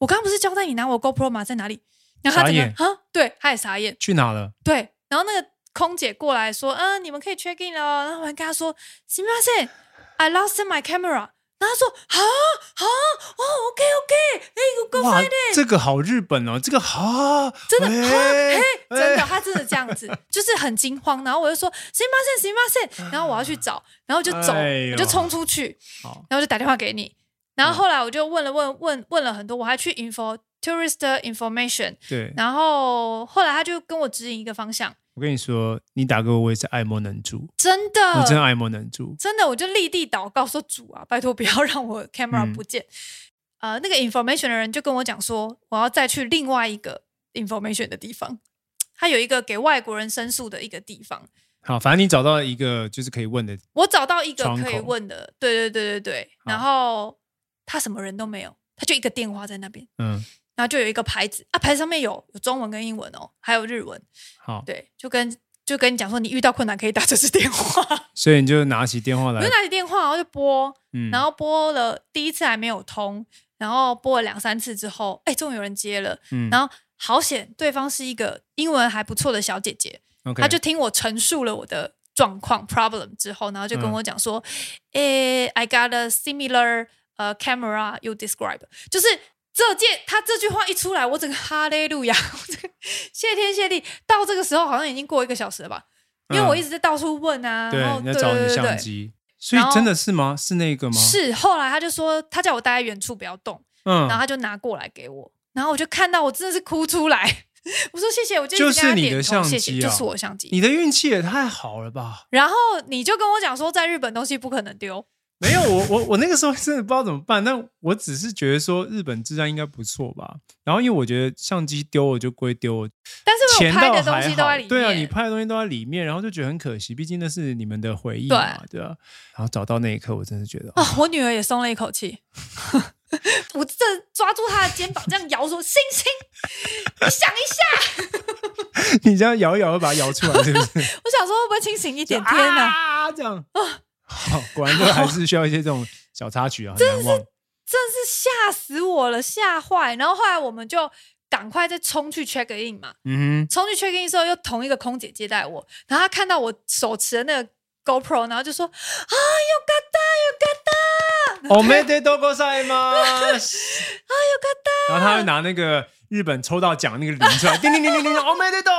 [SPEAKER 2] 我刚刚不是交代你拿我 GoPro 吗？在哪里？”然后他
[SPEAKER 1] 傻
[SPEAKER 2] 整
[SPEAKER 1] 眼
[SPEAKER 2] 个啊，对，他也傻眼。
[SPEAKER 1] 去哪了？
[SPEAKER 2] 对，然后那个空姐过来说：“嗯、你们可以 check in 了哦。”然后我还跟他说：“すみません，I lost my camera。”然后他说：“啊啊哦，OK OK，哎、y o u go
[SPEAKER 1] 哇
[SPEAKER 2] find，
[SPEAKER 1] 这个好日本哦，这个好，
[SPEAKER 2] 真的，哈
[SPEAKER 1] 哎
[SPEAKER 2] 嘿，真的，
[SPEAKER 1] 哎
[SPEAKER 2] 他真的这样子， 就是很惊慌。然后我就说行吧，行行吧，行。然后我要去找，然后就走，
[SPEAKER 1] 啊哎呦
[SPEAKER 2] 我就冲出去
[SPEAKER 1] 好，嗯
[SPEAKER 2] 然后就打电话给你。然后后来我就问了问问问了很多，我还去 info tourist information。
[SPEAKER 1] 对，
[SPEAKER 2] 然后后来他就跟我指引一个方向，
[SPEAKER 1] 我跟你说，你打给我，我也是爱莫能助，
[SPEAKER 2] 真
[SPEAKER 1] 我
[SPEAKER 2] 的，
[SPEAKER 1] 哦真啊爱莫能助。
[SPEAKER 2] 真的，我就立地祷告说主啊，拜托不要让我 camera
[SPEAKER 1] 嗯
[SPEAKER 2] 不见。呃，那个 information 的人就跟我讲说，我要再去另外一个 information 的地方，他有一个给外国人申诉的一个地方。
[SPEAKER 1] 好，反正你找到一个就是可以问的，
[SPEAKER 2] 我找到一个
[SPEAKER 1] 窗口
[SPEAKER 2] 可以问的，对对对对对。
[SPEAKER 1] 好
[SPEAKER 2] 然后他什么人都没有，他就一个电话在那边，
[SPEAKER 1] 嗯，
[SPEAKER 2] 然后就有一个牌子啊，牌子上面有有中文跟英文哦，还有日文。
[SPEAKER 1] 好，
[SPEAKER 2] 对，就跟就跟你讲说，你遇到困难可以打这支电 话，
[SPEAKER 1] 所以你就拿起电话
[SPEAKER 2] 我
[SPEAKER 1] 来
[SPEAKER 2] 就，拿起电话，然后就拨，
[SPEAKER 1] 嗯，
[SPEAKER 2] 然后拨了第一次还没有通，然后拨了两三次之后，哎，终于有人接了，
[SPEAKER 1] 嗯，
[SPEAKER 2] 然后好险，对方是一个英文还不错的小姐姐，
[SPEAKER 1] OK，
[SPEAKER 2] 她就听我陈述了我的状况 problem 之后，然后就跟
[SPEAKER 1] 嗯
[SPEAKER 2] 我讲说，诶、i got a similar 呃、camera you describe，就是。这件她这句话一出来，我整个哈利路亚， 我这个谢天谢地。到这个时候好像已经过一个小时了吧，因为
[SPEAKER 1] 嗯
[SPEAKER 2] 我一直在到处问啊，
[SPEAKER 1] 对
[SPEAKER 2] 然后，
[SPEAKER 1] 你
[SPEAKER 2] 对
[SPEAKER 1] 要找
[SPEAKER 2] 对
[SPEAKER 1] 你
[SPEAKER 2] 对
[SPEAKER 1] 相
[SPEAKER 2] 对，
[SPEAKER 1] 机，所以
[SPEAKER 2] 然后
[SPEAKER 1] 真的是吗？是那个吗？，
[SPEAKER 2] 是，后来他就说，他叫我待在原处不要动，
[SPEAKER 1] 嗯
[SPEAKER 2] 然后，他就拿过来给我，然后我就看到我真的是哭出来， 我说谢谢，我就一直
[SPEAKER 1] 就是
[SPEAKER 2] 跟他
[SPEAKER 1] 你
[SPEAKER 2] 点
[SPEAKER 1] 的
[SPEAKER 2] 头
[SPEAKER 1] 相
[SPEAKER 2] 谢
[SPEAKER 1] 机
[SPEAKER 2] 谢，就
[SPEAKER 1] 啊
[SPEAKER 2] 是我相机。
[SPEAKER 1] 你的运气也太好了吧？
[SPEAKER 2] 然后你就跟我讲说，在日本东西不可能丢，
[SPEAKER 1] 没有，我我我那个时候真的不知道怎么办，但我只是觉得说日本治安应该不错吧。然后因为我觉得相机丢了就归丢了，
[SPEAKER 2] 但是我
[SPEAKER 1] 钱
[SPEAKER 2] 拍
[SPEAKER 1] 倒
[SPEAKER 2] 的东
[SPEAKER 1] 还
[SPEAKER 2] 西都在
[SPEAKER 1] 好
[SPEAKER 2] 里面，
[SPEAKER 1] 对啊，你拍的东西都在里面，然后就觉得很可惜，毕竟那是你们的回忆嘛，对啊。然后找到那一刻，我真的觉得，
[SPEAKER 2] 啊、我女儿也松了一口气。我这抓住她的肩膀，这样摇说：“星星，你想一下。
[SPEAKER 1] 你这样摇一摇，把它摇出来，是不 是？”
[SPEAKER 2] 我想说，会不会清醒一点？
[SPEAKER 1] 就
[SPEAKER 2] 天哪！
[SPEAKER 1] 啊，这样
[SPEAKER 2] 哦
[SPEAKER 1] 好，果然就还是需要一些这种小插曲啊，很难忘。
[SPEAKER 2] 真是吓死我了，吓坏。然后后来我们就赶快再冲去 check in 嘛，
[SPEAKER 1] 嗯
[SPEAKER 2] 冲去 check in 之后，又同一个空姐接待我，然后她看到我手持的那个 GoPro，然后就说：“啊，有嘎达，有嘎达，
[SPEAKER 1] 哦哼，我没得多过赛 吗？
[SPEAKER 2] 啊，有嘎达。
[SPEAKER 1] 然后他会拿那个日本抽到奖那个铃出 来，叮叮叮叮叮，哦，没得多，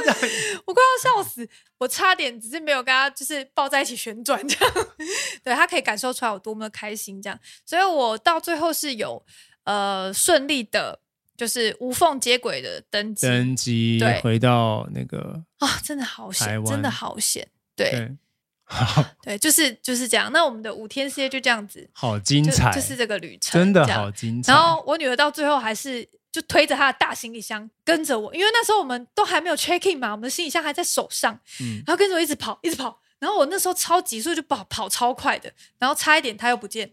[SPEAKER 1] 这样”
[SPEAKER 2] 我快要笑死，我差点只是没有跟她就是抱在一起旋转这样。 对她可以感受出来我多么的开心这样，所以我到最后是有呃顺利的，就是无缝接轨的登机
[SPEAKER 1] 登机
[SPEAKER 2] 对
[SPEAKER 1] 回到那个
[SPEAKER 2] 啊，真的好
[SPEAKER 1] 台
[SPEAKER 2] 险，
[SPEAKER 1] 湾
[SPEAKER 2] 真的好险。对，
[SPEAKER 1] 对，好
[SPEAKER 2] 对，就是就是这样。那我们的五天四夜就这样子，
[SPEAKER 1] 好精
[SPEAKER 2] 就
[SPEAKER 1] 彩，
[SPEAKER 2] 就是这个旅程，
[SPEAKER 1] 真的
[SPEAKER 2] 这样
[SPEAKER 1] 好。精彩。
[SPEAKER 2] 然后我女儿到最后还是就推着她的大行李箱跟着我，因为那时候我们都还没有 check in 嘛，我们的行李箱还在手上，
[SPEAKER 1] 嗯，
[SPEAKER 2] 然后跟着我一直跑，一直跑。然后我那时候超急速就跑跑超快的，然后差一点她又不 见，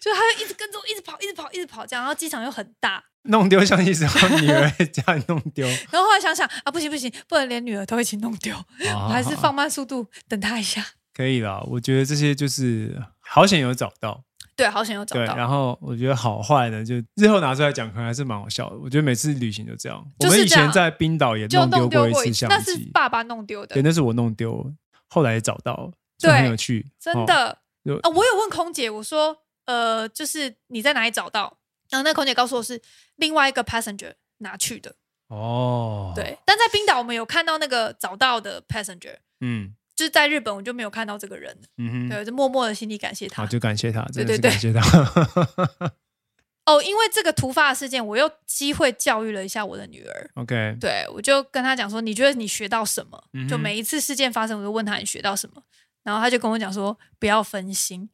[SPEAKER 2] 就她就一直跟着我，一直跑，一直跑，一直跑这样。然后机场又很大，
[SPEAKER 1] 弄丢相机之后，女儿家里弄 丢，
[SPEAKER 2] 然后后来想想啊，不行不行，不能连女儿都一起弄丢，我
[SPEAKER 1] 我
[SPEAKER 2] 还是放慢速度等她一下。
[SPEAKER 1] 可以啦。我觉得这些就是好险有找到，
[SPEAKER 2] 对，好险有找
[SPEAKER 1] 对。
[SPEAKER 2] 到。
[SPEAKER 1] 然后我觉得好坏呢，就日后拿出来讲，可能还是蛮好笑的。我觉得每次旅行就这样。
[SPEAKER 2] 就是
[SPEAKER 1] 我们以
[SPEAKER 2] 这
[SPEAKER 1] 前
[SPEAKER 2] 样
[SPEAKER 1] 在冰岛也
[SPEAKER 2] 就
[SPEAKER 1] 丢
[SPEAKER 2] 弄丢
[SPEAKER 1] 一
[SPEAKER 2] 过
[SPEAKER 1] 次
[SPEAKER 2] 一次
[SPEAKER 1] 相，
[SPEAKER 2] 那是
[SPEAKER 1] 机，
[SPEAKER 2] 爸爸弄丢
[SPEAKER 1] 对，
[SPEAKER 2] 的，
[SPEAKER 1] 那是我弄丢，后来也找到了，就很
[SPEAKER 2] 对
[SPEAKER 1] 有趣，
[SPEAKER 2] 真
[SPEAKER 1] 哦
[SPEAKER 2] 的、
[SPEAKER 1] 就
[SPEAKER 2] 啊！我有问空姐，我说呃，就是你在哪里找到？然后那空姐告诉我是另外一个 passenger 拿去的，
[SPEAKER 1] 哦，
[SPEAKER 2] 对。，但在冰岛我们有看到那个找到的 passenger，
[SPEAKER 1] 嗯
[SPEAKER 2] 就是在日本我就没有看到这个人，
[SPEAKER 1] 嗯哼，
[SPEAKER 2] 对，就默默的心里感谢他
[SPEAKER 1] 好，。就感谢他，真的
[SPEAKER 2] 对
[SPEAKER 1] 是
[SPEAKER 2] 对
[SPEAKER 1] 感谢他。
[SPEAKER 2] 哦，因为这个突发的事件，我又机会教育了一下我的女儿。
[SPEAKER 1] OK，
[SPEAKER 2] 对，我就跟她讲说，你觉得你学到什么？
[SPEAKER 1] 嗯哼
[SPEAKER 2] 就每一次事件发生，我就问她你学到什么，然后她就跟我讲说不要分心，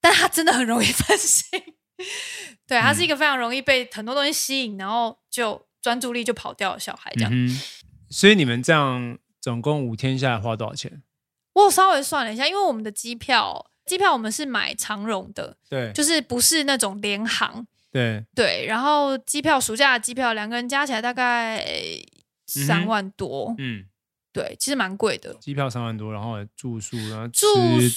[SPEAKER 2] 但她真的很容易分心。对，她
[SPEAKER 1] 嗯
[SPEAKER 2] 是一个非常容易被很多东西吸引，然后就专注力就跑掉的小孩。这样，
[SPEAKER 1] 嗯哼，所以你们这样总共五天下来花多少钱？
[SPEAKER 2] 我有稍微算了一下，因为我们的机票，机票我们是买长荣的，
[SPEAKER 1] 对，
[SPEAKER 2] 就是不是那种联航。
[SPEAKER 1] 对，
[SPEAKER 2] 对，然后机票暑假的机票，两个人加起来大概
[SPEAKER 1] 嗯
[SPEAKER 2] 三
[SPEAKER 1] 哼
[SPEAKER 2] 万多，
[SPEAKER 1] 嗯，
[SPEAKER 2] 对，其实蛮贵的。
[SPEAKER 1] 机票三万多，然后住宿，然后吃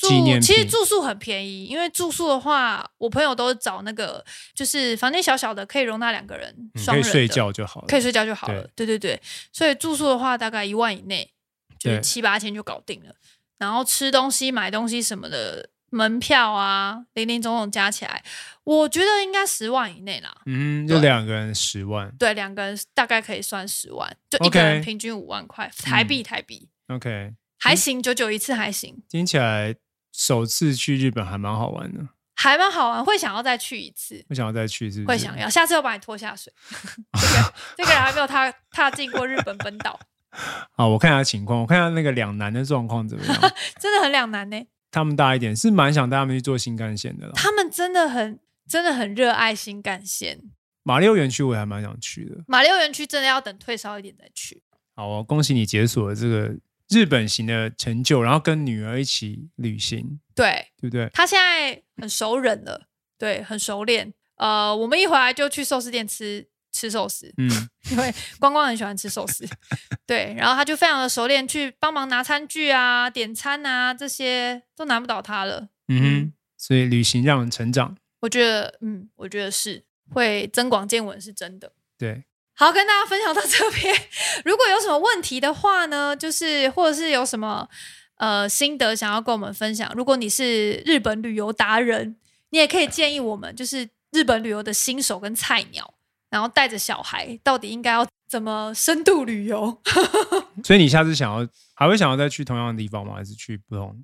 [SPEAKER 2] 住
[SPEAKER 1] 纪念
[SPEAKER 2] 宿
[SPEAKER 1] 品，
[SPEAKER 2] 其实住宿很便宜，因为住宿的话，我朋友都是找那个就是房间小小的，可以容纳两个人，
[SPEAKER 1] 嗯
[SPEAKER 2] 双
[SPEAKER 1] 可以
[SPEAKER 2] 人的
[SPEAKER 1] 睡觉就好了，
[SPEAKER 2] 可以睡觉就好了。对对对，所以住宿的话大概一万以内，就是
[SPEAKER 1] 对
[SPEAKER 2] 七八千就搞定了。然后吃东西、买东西什么的，门票啊，零零总总加起来，我觉得应该十万以内啦。
[SPEAKER 1] 嗯哼，就
[SPEAKER 2] 对
[SPEAKER 1] 两个人十万
[SPEAKER 2] 对，两个人大概可以算十万，就一
[SPEAKER 1] OK
[SPEAKER 2] 个
[SPEAKER 1] 嗯
[SPEAKER 2] 人平均五万块台币，台币
[SPEAKER 1] ，OK，
[SPEAKER 2] 还行，九九一次还行，
[SPEAKER 1] 听起来首次去日本还蛮好玩的，
[SPEAKER 2] 还蛮好玩，会想要再去一次。
[SPEAKER 1] 我想要再去，是不是？
[SPEAKER 2] 会想要，下次要把你拖下水。 这个这个人还没有踏踏进过日本本岛，
[SPEAKER 1] 好，我看一下情况，我看一下那个两难的状况怎么样。
[SPEAKER 2] 真的很两难呢。
[SPEAKER 1] 他们大一点是蛮想带他们去坐新干线的啦。
[SPEAKER 2] 他们真的很真的很热爱新干线，
[SPEAKER 1] 马六园区我也还蛮想去的。
[SPEAKER 2] 马六园区真的要等退烧一点再去。
[SPEAKER 1] 好、哦，恭喜你解锁了这个日本行的成就，然后跟女儿一起旅行，
[SPEAKER 2] 对
[SPEAKER 1] 对不对？
[SPEAKER 2] 他现在很熟人了，对，很熟练。呃，我们一回来就去寿司店吃吃寿司，
[SPEAKER 1] 嗯，
[SPEAKER 2] 因为光光很喜欢吃寿司，对，然后他就非常的熟练去帮忙拿餐具啊、点餐啊，这些都难不倒他了。
[SPEAKER 1] 嗯哼
[SPEAKER 2] 嗯，
[SPEAKER 1] 所以旅行让人成长，
[SPEAKER 2] 我觉得，嗯，我觉得是会增广见闻，是真的。
[SPEAKER 1] 对，
[SPEAKER 2] 好，跟大家分享到这边。 如果有什么问题的话呢，就是或者是有什么呃心得想要跟我们分享，如果你是日本旅游达人，你也可以建议我们，就是日本旅游的新手跟菜鸟，然后带着小孩，到底应该要怎么深度旅游？
[SPEAKER 1] 所以你下次想要还会想要再去同样的地方吗？还是去不同？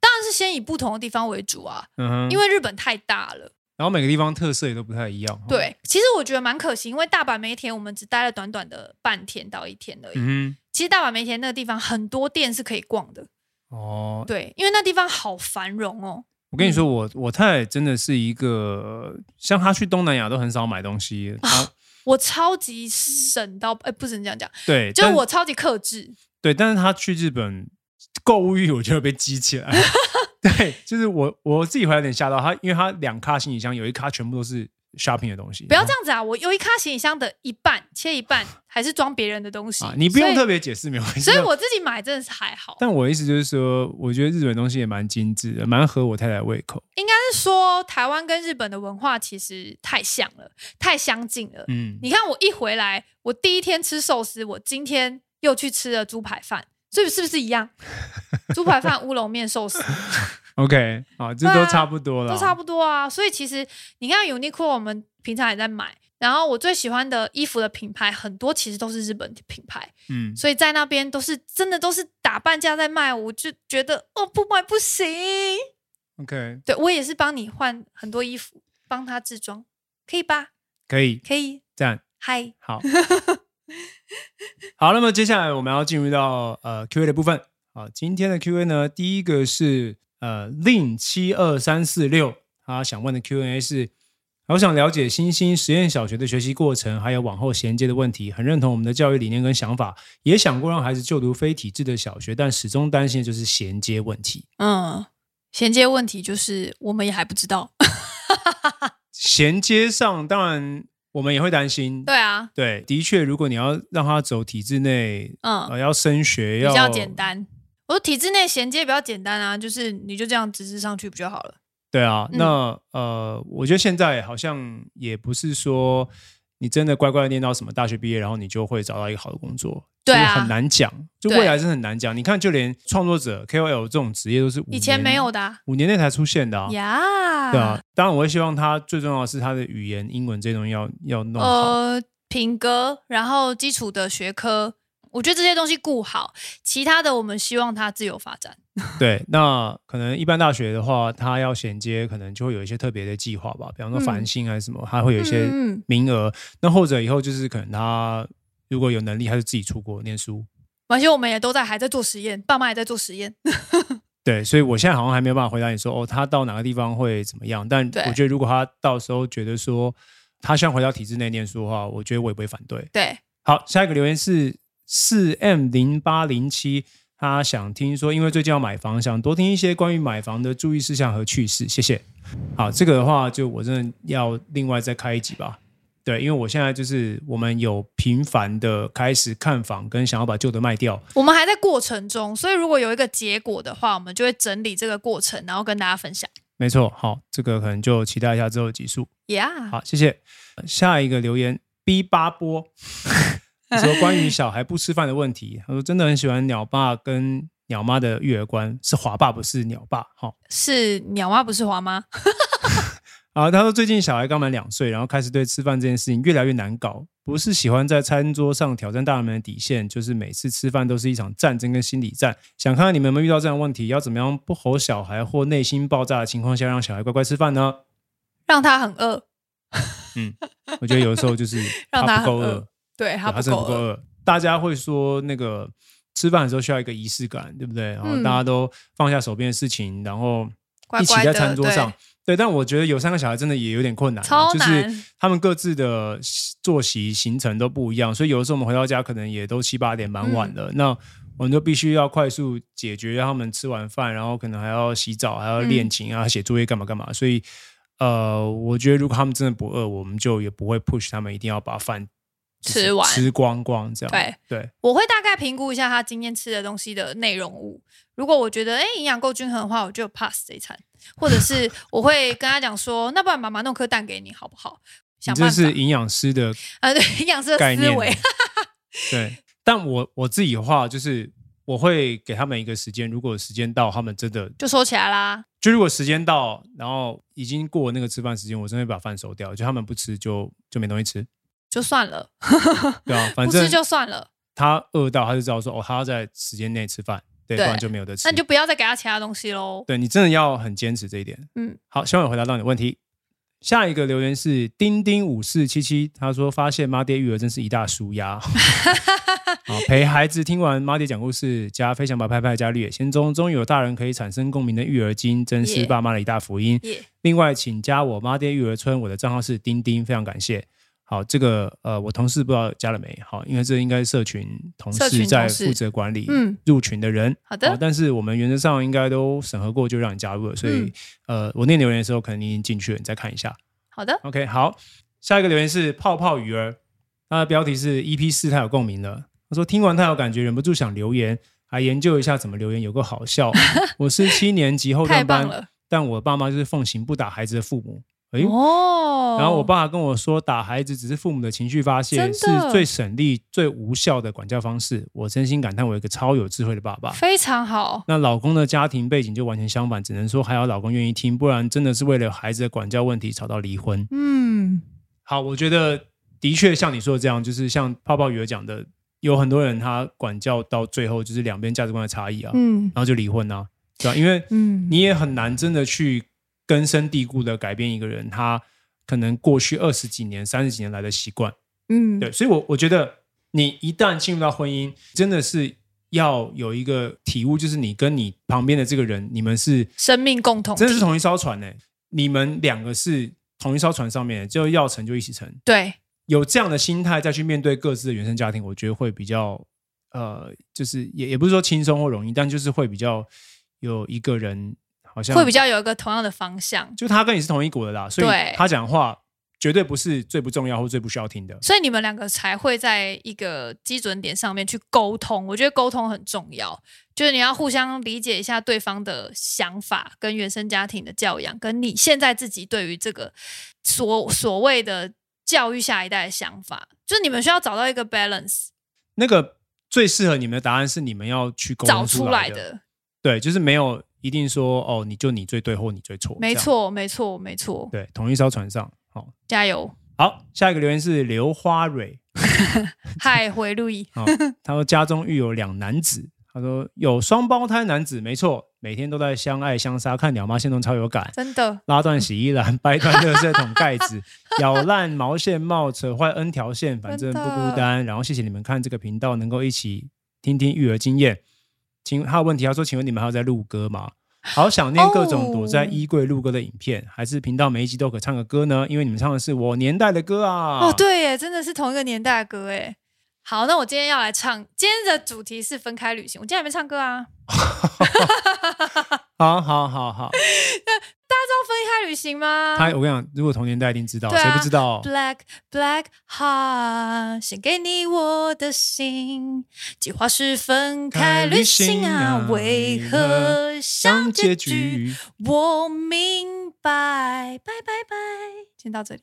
[SPEAKER 2] 当然是先以不同的地方为主啊，
[SPEAKER 1] 嗯哼，
[SPEAKER 2] 因为日本太大了。
[SPEAKER 1] 然后每个地方特色也都不太一样。哦，
[SPEAKER 2] 对，其实我觉得蛮可惜，因为大阪梅田我们只待了短短的半天到一天而已。
[SPEAKER 1] 嗯哼，
[SPEAKER 2] 其实大阪梅田那个地方很多店是可以逛的，
[SPEAKER 1] 哦，
[SPEAKER 2] 对，因为那地方好繁荣哦。
[SPEAKER 1] 我跟你说，我我太太真的是一个，像她去东南亚都很少买东西，她
[SPEAKER 2] 我超级省到，哎、不能这样讲，
[SPEAKER 1] 对，
[SPEAKER 2] 就是
[SPEAKER 1] 但嗯
[SPEAKER 2] 我超级克制。
[SPEAKER 1] 对，但是她去日本购物欲，我觉得被激起来。 对，就是我我自己会有点吓到她，因为她两咖行李箱有一咖全部都是 shopping 的东西，
[SPEAKER 2] 不要这样子啊！我有一卡行李箱的一半切一半，还是装别人的东西。
[SPEAKER 1] 啊，你不用
[SPEAKER 2] 所
[SPEAKER 1] 特
[SPEAKER 2] 以
[SPEAKER 1] 别解释，没关系。
[SPEAKER 2] 所以我自己买真的是还好。
[SPEAKER 1] 但我的意思就是说，我觉得日本东西也蛮精致的，蛮合我太太胃口。
[SPEAKER 2] 应该是说台湾跟日本的文化其实太像了，太相近了。
[SPEAKER 1] 嗯，
[SPEAKER 2] 你看我一回来，我第一天吃寿司，我今天又去吃了猪排饭，所以是不是一样？猪排饭、乌龙面、寿司
[SPEAKER 1] OK，好，这
[SPEAKER 2] 对
[SPEAKER 1] 都
[SPEAKER 2] 啊
[SPEAKER 1] 差不多了，
[SPEAKER 2] 都差不多啊。所以其实你看 Uniqlo，我们平常也在买。然后我最喜欢的衣服的品牌很多，其实都是日本品牌，
[SPEAKER 1] 嗯，
[SPEAKER 2] 所以在那边都是真的都是打半价在卖，我就觉得哦不买不行。
[SPEAKER 1] OK，
[SPEAKER 2] 对我也是帮你换很多衣服，帮他制装，可以吧？
[SPEAKER 1] 可以
[SPEAKER 2] 可以，
[SPEAKER 1] 赞，
[SPEAKER 2] 嗨，
[SPEAKER 1] 好，好，那么接下来我们要进入到呃 Q&A 的部分。好，今天的 Q&A 呢，第一个是呃令七二三四六，他想问的 Q&A 是，我想了解星星实验小学的学习过程，还有往后衔接的问题，很认同我们的教育理念跟想法，也想过让孩子就读非体制的小学，但始终担心的就是衔接问题。
[SPEAKER 2] 嗯，衔接问题就是我们也还不知道。
[SPEAKER 1] 衔接上，当然我们也会担心，
[SPEAKER 2] 对啊，
[SPEAKER 1] 对，的确，如果你要让他走体制内，
[SPEAKER 2] 嗯
[SPEAKER 1] 呃，要升学
[SPEAKER 2] 比
[SPEAKER 1] 要
[SPEAKER 2] 较简，单。我说体制内衔接比较简单啊，就是你就这样直直上去不就好了？
[SPEAKER 1] 对啊。
[SPEAKER 2] 嗯
[SPEAKER 1] 那呃，我觉得现在好像也不是说你真的乖乖地念到什么大学毕业，然后你就会找到一个好的工作，
[SPEAKER 2] 对啊
[SPEAKER 1] 就是很难讲，就
[SPEAKER 2] 对
[SPEAKER 1] 未来真的很难讲。你看，就连创作者 KOL 这种职业都是五
[SPEAKER 2] 以前
[SPEAKER 1] 年
[SPEAKER 2] 没有的啊
[SPEAKER 1] 五年内才出现的啊。
[SPEAKER 2] 呀、
[SPEAKER 1] 对啊，当然我会希望他最重要的是他的语言英文这些东西要要弄好。
[SPEAKER 2] 呃，品格，然后基础的学科，我觉得这些东西顾好，其他的我们希望他自由发展。
[SPEAKER 1] 对，那可能一般大学的话，它要衔接，可能就会有一些特别的计划吧，比方说繁星还是什么，它会有一些
[SPEAKER 2] 嗯嗯嗯嗯
[SPEAKER 1] 名额。那或者以后就是可能他如果有能力，他就自己出国念书。
[SPEAKER 2] 而且我们也都在还在做实验，爸妈也在做实验。
[SPEAKER 1] 对，所以我现在好像还没有办法回答你说哦，他到哪个地方会怎么样。但
[SPEAKER 2] 对
[SPEAKER 1] 我觉得如果他到时候觉得说他想回到体制内念书的话，我觉得我也不会反对。
[SPEAKER 2] 对，
[SPEAKER 1] 好，下一个留言是四 M 零八零七，他想听说，因为最近要买房，想多听一些关于买房的注意事项和趣事。谢谢。好，这个的话，就我真的要另外再开一集吧。对，因为我现在就是我们有频繁的开始看房，跟想要把旧的卖掉。
[SPEAKER 2] 我们还在过程中，所以如果有一个结果的话，我们就会整理这个过程，然后跟大家分享。
[SPEAKER 1] 没错，好，这个可能就期待一下之后的集数。
[SPEAKER 2] Yeah，
[SPEAKER 1] 好，谢谢。下一个留言 B 八 波，他说关于小孩不吃饭的问题，他说真的很喜欢鸟爸跟鸟妈的育儿观，是华爸不是鸟爸。好、
[SPEAKER 2] 是鸟妈不是华妈，
[SPEAKER 1] 啊，他说最近小孩刚满两岁，然后开始对吃饭这件事情越来越难搞，不是喜欢在餐桌上挑战大人们的底线，就是每次吃饭都是一场战争跟心理战。想看看你们有没有遇到这样的问题，要怎么样不吼小孩或内心爆炸的情况下让小孩乖乖吃饭呢？
[SPEAKER 2] 让他很饿，
[SPEAKER 1] 我觉得有的时候就是
[SPEAKER 2] 让
[SPEAKER 1] 他
[SPEAKER 2] 他
[SPEAKER 1] 不够
[SPEAKER 2] 很饿
[SPEAKER 1] 饿。
[SPEAKER 2] 对
[SPEAKER 1] 对
[SPEAKER 2] 他
[SPEAKER 1] 他
[SPEAKER 2] 不
[SPEAKER 1] 真的
[SPEAKER 2] 够
[SPEAKER 1] 不够
[SPEAKER 2] 饿。
[SPEAKER 1] 饿。大家会说那个吃饭的时候需要一个仪式感，对不对？然后
[SPEAKER 2] 嗯
[SPEAKER 1] 大家都放下手边的事情，然后
[SPEAKER 2] 乖
[SPEAKER 1] 一起
[SPEAKER 2] 乖
[SPEAKER 1] 在
[SPEAKER 2] 的
[SPEAKER 1] 餐桌
[SPEAKER 2] 对
[SPEAKER 1] 上。对，但我觉得有三个小孩真的也有点困难啊，
[SPEAKER 2] 超
[SPEAKER 1] 就
[SPEAKER 2] 难
[SPEAKER 1] 是他们各自的作息行程都不一样，所以有的时候我们回到家可能也都七八点，蛮晚
[SPEAKER 2] 嗯
[SPEAKER 1] 的。那我们就必须要快速解决让他们吃完饭，然后可能还要洗澡，还要
[SPEAKER 2] 嗯
[SPEAKER 1] 练琴啊，写作业干嘛干嘛。所以，呃，我觉得如果他们真的不饿，我们就也不会 push 他们一定要把饭就是
[SPEAKER 2] 吃完
[SPEAKER 1] 吃光光这样。
[SPEAKER 2] 对
[SPEAKER 1] 对，
[SPEAKER 2] 我会大概评估一下他今天吃的东西的内容物。如果我觉得哎营养够均衡的话，我就 pass 这一餐，或 者是我会跟他讲说，那不然妈妈弄颗蛋给你好不好？
[SPEAKER 1] 你
[SPEAKER 2] 想
[SPEAKER 1] 这
[SPEAKER 2] 办法
[SPEAKER 1] 是营养师的
[SPEAKER 2] 啊，对营养师的
[SPEAKER 1] 概
[SPEAKER 2] 思
[SPEAKER 1] 念
[SPEAKER 2] 维
[SPEAKER 1] 了。对，但我我自己的话就是。我会给他们一个时间，如果时间到，他们真的
[SPEAKER 2] 就收起来啦。
[SPEAKER 1] 就如果时间到，然后已经过那个吃饭时间，我真的会把饭收掉，就他们不吃就就没东西吃，
[SPEAKER 2] 就算了，
[SPEAKER 1] 对 啊，反
[SPEAKER 2] 不
[SPEAKER 1] 正
[SPEAKER 2] 吃就算了，
[SPEAKER 1] 他饿到他就知道说哦，他要在时间内吃饭，对，不
[SPEAKER 2] 对
[SPEAKER 1] 然就没有得吃。
[SPEAKER 2] 那你就不要再给他其他东西喽。
[SPEAKER 1] 对你真的要很坚持这一点。
[SPEAKER 2] 嗯，
[SPEAKER 1] 好，希望有回答到你的问题。下一个留言 是丁丁五四七七，他说发现妈爹育儿真是一大输压，啊，陪孩子听完妈爹讲故事加飞翔吧拍拍加绿野仙踪，终于有大人可以产生共鸣的育儿经，真是
[SPEAKER 2] Yeah
[SPEAKER 1] 爸妈的一大福音。
[SPEAKER 2] 耶，
[SPEAKER 1] 另外，请加我妈爹育儿村，我的账号是丁丁，非常感谢。好，这个呃，我同事不知道加了没，好，因为这应该是社群同
[SPEAKER 2] 社
[SPEAKER 1] 事
[SPEAKER 2] 群同
[SPEAKER 1] 在
[SPEAKER 2] 事
[SPEAKER 1] 负责管理
[SPEAKER 2] 嗯
[SPEAKER 1] 入群的人。
[SPEAKER 2] 好的
[SPEAKER 1] 哦但是我们原则上应该都审核过，就让你加入了。所
[SPEAKER 2] 嗯
[SPEAKER 1] 以、呃，我念留言的时候，可能你已经进去了，你再看一下。
[SPEAKER 2] 好的，
[SPEAKER 1] OK，好，下一个留言是泡泡鱼儿，他的标题是 EP 四，他有共鸣了。他说听完他有感觉，忍不住想留言，还研究一下怎么留言，有个好 笑。我是七年级后
[SPEAKER 2] 太
[SPEAKER 1] 段
[SPEAKER 2] 棒
[SPEAKER 1] 班，
[SPEAKER 2] 了
[SPEAKER 1] 但我爸妈就是奉行不打孩子的父母。哎、
[SPEAKER 2] 哦。
[SPEAKER 1] 然后我爸跟我说，打孩子只是父母的情绪发泄，
[SPEAKER 2] 真
[SPEAKER 1] 是
[SPEAKER 2] 的
[SPEAKER 1] 最省力、最无效的管教方式。我真心感叹，我有一个超有智慧的爸爸。
[SPEAKER 2] 非常好，
[SPEAKER 1] 那老公的家庭背景就完全相反，只能说还好老公愿意听，不然真的是为了孩子的管教问题吵到离婚。
[SPEAKER 2] 嗯，
[SPEAKER 1] 好，我觉得的确像你说的这样，就是像泡泡鱼儿讲的，有很多人他管教到最后就是两边价值观的差异啊，
[SPEAKER 2] 嗯
[SPEAKER 1] 然后就离婚啊，对吧、因为
[SPEAKER 2] 嗯，
[SPEAKER 1] 你也很难真的去根深蒂固的改变一个人他可能过去二十几年、三十几年来的习惯。
[SPEAKER 2] 嗯
[SPEAKER 1] 对，所以我，我觉得你一旦进入到婚姻，真的是要有一个体悟，就是你跟你旁边的这个人，你们是
[SPEAKER 2] 生命共同体
[SPEAKER 1] 真的是同一艘船呢、你们两个是同一艘船上面的，就要成就一起成。
[SPEAKER 2] 对
[SPEAKER 1] 有这样的心态再去面对各自的原生家庭，我觉得会比较呃，就是也也不是说轻松或容易，但就是会比较有一个人好像
[SPEAKER 2] 会比较有一个同样的方向，
[SPEAKER 1] 就他跟你是同一国的啦，所以
[SPEAKER 2] 对
[SPEAKER 1] 他讲话绝对不是最不重要或最不需要听的。
[SPEAKER 2] 所以你们两个才会在一个基准点上面去沟通。我觉得沟通很重要，就是你要互相理解一下对方的想法、跟原生家庭的教养，跟你现在自己对于这个所所谓的教育下一代的想法，就是你们需要找到一个 balance，
[SPEAKER 1] 那个最适合你们的答案是你们要去沟
[SPEAKER 2] 找
[SPEAKER 1] 通
[SPEAKER 2] 出
[SPEAKER 1] 来
[SPEAKER 2] 来
[SPEAKER 1] 的，
[SPEAKER 2] 的。
[SPEAKER 1] 对，就是没有一定说哦，你就你最对或你最错，
[SPEAKER 2] 没
[SPEAKER 1] 这样，
[SPEAKER 2] 错，没错，没错，
[SPEAKER 1] 对，同一艘船上。好，
[SPEAKER 2] 加油！
[SPEAKER 1] 好，下一个留言是刘花蕊，
[SPEAKER 2] 嗨，回路易，
[SPEAKER 1] 哦，他说家中育有两男子，他说有双胞胎男子，没错，每天都在相爱相杀，看鸟妈线动超有感，
[SPEAKER 2] 真的
[SPEAKER 1] 拉断洗衣篮，掰断垃圾桶盖 子，咬烂毛线帽，扯坏 N 条线，反正
[SPEAKER 2] 真
[SPEAKER 1] 不
[SPEAKER 2] 的
[SPEAKER 1] 孤单。然后谢谢你们看这个频道，能够一起听听育儿经验。请还有问题，他说，请问你们还有在录歌吗？好想念各种躲在
[SPEAKER 2] 哦
[SPEAKER 1] 衣柜录歌的影片，还是频道每一集都可唱个歌呢？因为你们唱的是我年代的歌啊！
[SPEAKER 2] 哦，，对耶，真的是同一个年代的歌耶。好，那我今天要来唱，今天的主题是分开旅行。我今天还没唱歌啊。
[SPEAKER 1] 好好好好，
[SPEAKER 2] 要分开旅行吗？
[SPEAKER 1] 他我跟你讲，如果同年代一定知道，
[SPEAKER 2] 对啊
[SPEAKER 1] 谁不知道？
[SPEAKER 2] Black Black Heart，献给你我的心。计划是分开旅
[SPEAKER 1] 开旅行
[SPEAKER 2] 行啊，
[SPEAKER 1] 啊
[SPEAKER 2] 为何像结局？我明白，拜拜拜。先到这里，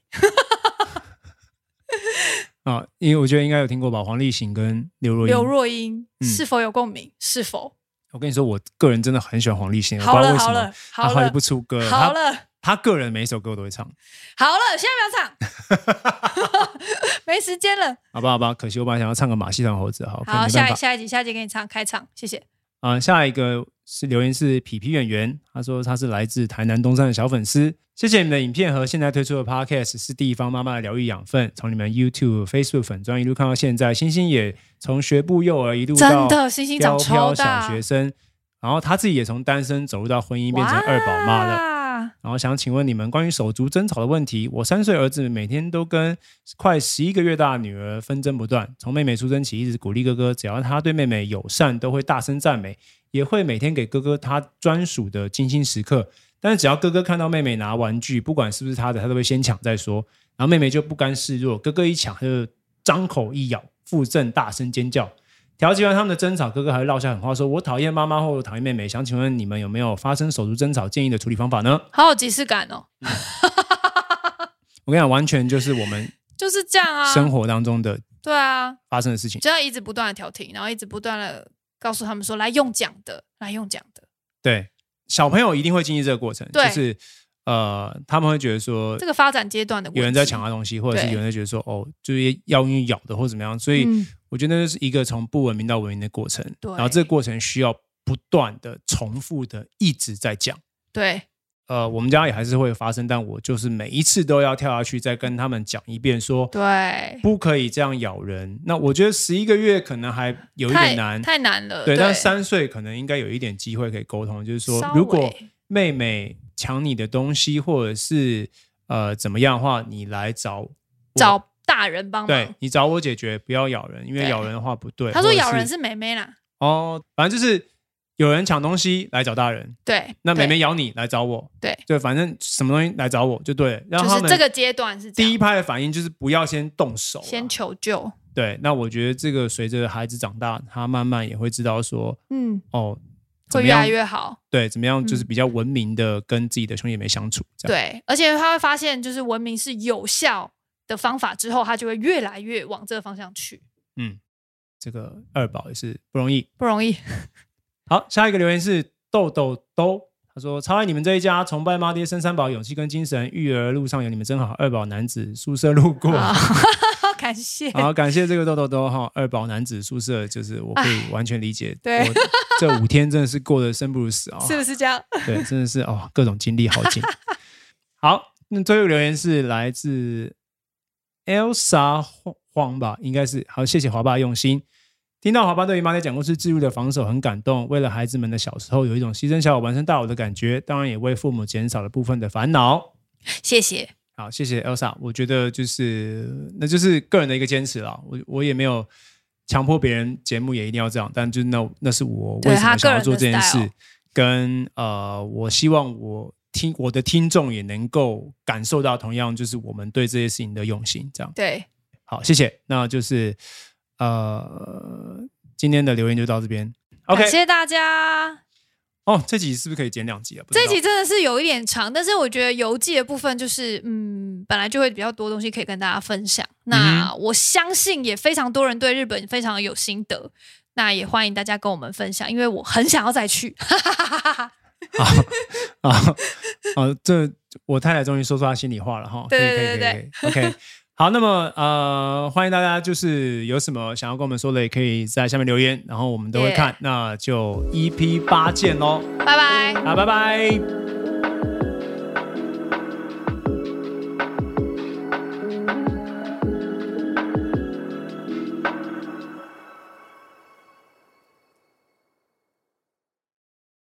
[SPEAKER 1] 啊，因为我觉得应该有听过吧，黄立行跟刘若英。
[SPEAKER 2] 刘若英、
[SPEAKER 1] 嗯
[SPEAKER 2] 是否有共鸣？是否？
[SPEAKER 1] 我跟你说，我个人真的很喜欢黄立行，我不
[SPEAKER 2] 好
[SPEAKER 1] 知道
[SPEAKER 2] 了
[SPEAKER 1] 为什
[SPEAKER 2] 好
[SPEAKER 1] 么
[SPEAKER 2] 了
[SPEAKER 1] 他
[SPEAKER 2] 好
[SPEAKER 1] 后来
[SPEAKER 2] 了
[SPEAKER 1] 不出歌他
[SPEAKER 2] 好了
[SPEAKER 1] 他个人每一首歌我都会唱，
[SPEAKER 2] 好了，现 在不要唱，没时间了。
[SPEAKER 1] 好吧好吧。可惜我本来想要唱个马戏团猴子，好，可能
[SPEAKER 2] 好，
[SPEAKER 1] 没
[SPEAKER 2] 下
[SPEAKER 1] 办
[SPEAKER 2] 一
[SPEAKER 1] 法。
[SPEAKER 2] 下一集下一集给你唱开场，谢谢。
[SPEAKER 1] 啊、下一个是留言是皮皮演员，他说他是来自台南东山的小粉丝，谢谢你们的影片和现在推出的 podcast 是地方妈妈的疗愈养分，从你们 YouTube、Facebook 粉专一路看到现在，星星也从学步幼儿一路到
[SPEAKER 2] 真的，星星
[SPEAKER 1] 飘
[SPEAKER 2] 长
[SPEAKER 1] 飘
[SPEAKER 2] 超
[SPEAKER 1] 小
[SPEAKER 2] 大，
[SPEAKER 1] 学生，然后他自己也从单身走入到婚姻，变成二宝妈了。
[SPEAKER 2] 了。
[SPEAKER 1] 然后想请问你们关于手足争吵的问题。我三岁儿子每天都跟快十一个月大的女儿纷争不断，从妹妹出生起一直鼓励哥哥，只要他对妹妹友善，都会大声赞美，也会每天给哥哥他专属的精心时刻。但是只要哥哥看到妹妹拿玩具，不管是不是他的，他都会先抢再说。然后妹妹就不甘示弱，哥哥一抢，他就张口一咬，附赠大声尖叫。调解完他们的争吵，哥哥还会撂下狠话说，我讨厌妈妈或我讨厌妹妹。想请问你们有没有发生手足争吵建议的处理方法呢？
[SPEAKER 2] 好有即视感哦，
[SPEAKER 1] 我跟你讲，完全就是我们
[SPEAKER 2] 就是这样啊，
[SPEAKER 1] 生活当中的
[SPEAKER 2] 对啊，
[SPEAKER 1] 发生的事情。
[SPEAKER 2] 就要一直不断的调停，然后一直不断的告诉他们说，来用讲的，来用讲的，
[SPEAKER 1] 对，小朋友一定会经历这个过程，就
[SPEAKER 2] 对
[SPEAKER 1] 是呃，他们会觉得说
[SPEAKER 2] 这个发展阶段的问题
[SPEAKER 1] 有人在抢啊他东西，或者是
[SPEAKER 2] 对
[SPEAKER 1] 有人在觉得说哦，就是要用咬的或怎么样，所以
[SPEAKER 2] 嗯
[SPEAKER 1] 我觉得那是一个从不文明到文明的过程。
[SPEAKER 2] 对
[SPEAKER 1] 然后这个过程需要不断的重复的一直在讲，
[SPEAKER 2] 对，
[SPEAKER 1] 呃，我们家也还是会发生，但我就是每一次都要跳下去，再跟他们讲一遍说，
[SPEAKER 2] 对，
[SPEAKER 1] 不可以这样咬人。那我觉得十一个月可能还有一
[SPEAKER 2] 太
[SPEAKER 1] 点难，
[SPEAKER 2] 太难了。
[SPEAKER 1] 对，
[SPEAKER 2] 呃对，
[SPEAKER 1] 但三岁可能应该有一点机会可以沟通，就是说
[SPEAKER 2] 稍，微
[SPEAKER 1] 如果妹妹抢你的东西，或者是呃怎么样的话，你来找
[SPEAKER 2] 找大人帮
[SPEAKER 1] 对
[SPEAKER 2] 忙。
[SPEAKER 1] 你找我解决，不要咬人，因为
[SPEAKER 2] 对
[SPEAKER 1] 咬人的话不对。
[SPEAKER 2] 他说
[SPEAKER 1] 或者
[SPEAKER 2] 咬人是妹妹啦，
[SPEAKER 1] 哦，反正就是有人抢东西来找大人，
[SPEAKER 2] 对，
[SPEAKER 1] 那妹
[SPEAKER 2] 对
[SPEAKER 1] 妹咬你来找我，
[SPEAKER 2] 对
[SPEAKER 1] 对，反正什么东西来找我就对了。然
[SPEAKER 2] 就
[SPEAKER 1] 后他
[SPEAKER 2] 是
[SPEAKER 1] 们
[SPEAKER 2] 这个阶段是这样
[SPEAKER 1] 第一拍的反应就是不要先动手啊，
[SPEAKER 2] 先求救，
[SPEAKER 1] 对。那我觉得这个随着孩子长大，他慢慢也会知道说，
[SPEAKER 2] 嗯，
[SPEAKER 1] 哦，怎
[SPEAKER 2] 会
[SPEAKER 1] 么
[SPEAKER 2] 越来
[SPEAKER 1] 样
[SPEAKER 2] 越好。
[SPEAKER 1] 对，怎么样就是
[SPEAKER 2] 嗯
[SPEAKER 1] 比较文明的跟自己的兄弟姐妹相处，这样
[SPEAKER 2] 对，而且他会发现，就是文明是有效的方法之后，他就会越来越往这个方向去，
[SPEAKER 1] 嗯，这个二宝也是不容易。
[SPEAKER 2] 不容易。
[SPEAKER 1] 好，下一个留言是豆豆兜，他说超爱你们这一家，崇拜妈爹生三宝，勇气跟精神，育儿路上有你们真好。二宝男子宿舍路过，
[SPEAKER 2] 啊感谢，
[SPEAKER 1] 好，感谢这个豆豆豆哈，二宝男子宿舍就是我可以完全理解，
[SPEAKER 2] 啊对
[SPEAKER 1] 我这五天真的是过得生不如死啊、
[SPEAKER 2] 是不是这样？
[SPEAKER 1] 对，真的是哦，各种经历好紧。好，那最后一个留言是来自 Elsa 晃晃吧，应该是好，谢谢华爸用心。听到华爸对于妈爹讲故事置入的防守很感动，为了孩子们的小时候有一种牺牲小我完成大我的感觉，当然也为父母减少了部分的烦恼。
[SPEAKER 2] 谢谢，
[SPEAKER 1] 好，谢谢 Elsa，我觉得就是那就是个人的一个坚持啦，我我也没有强迫别人节目也一定要这样，但就是那那是我
[SPEAKER 2] 对
[SPEAKER 1] 为什
[SPEAKER 2] 他
[SPEAKER 1] 么想要
[SPEAKER 2] 个人
[SPEAKER 1] 做
[SPEAKER 2] 的
[SPEAKER 1] 这件事
[SPEAKER 2] style，
[SPEAKER 1] 跟呃，我希望我听我的听众也能够感受到同样就是我们对这些事情的用心，这样
[SPEAKER 2] 对，
[SPEAKER 1] 好，谢谢，那就是呃今天的留言就到这边，OK，
[SPEAKER 2] 感谢大家。
[SPEAKER 1] 哦，这集是不是可以剪两集啊？不知道
[SPEAKER 2] 这集真的是有一点长，但是我觉得游记的部分就是，嗯，本来就会比较多东西可以跟大家分享。
[SPEAKER 1] 嗯
[SPEAKER 2] 那我相信也非常多人对日本非常有心得，那也欢迎大家跟我们分享，因为我很想要再去。
[SPEAKER 1] 啊啊，这我太太终于说出她心里话了哈。
[SPEAKER 2] 对
[SPEAKER 1] 可以
[SPEAKER 2] 对
[SPEAKER 1] 可以
[SPEAKER 2] 对
[SPEAKER 1] 可以可以 OK，好，那么呃，欢迎大家就是有什么想要跟我们说的，也可以在下面留言，然后我们都会
[SPEAKER 2] Yeah
[SPEAKER 1] 看。那就 EP 八见喽，啊
[SPEAKER 2] 拜拜。
[SPEAKER 1] 好，拜拜。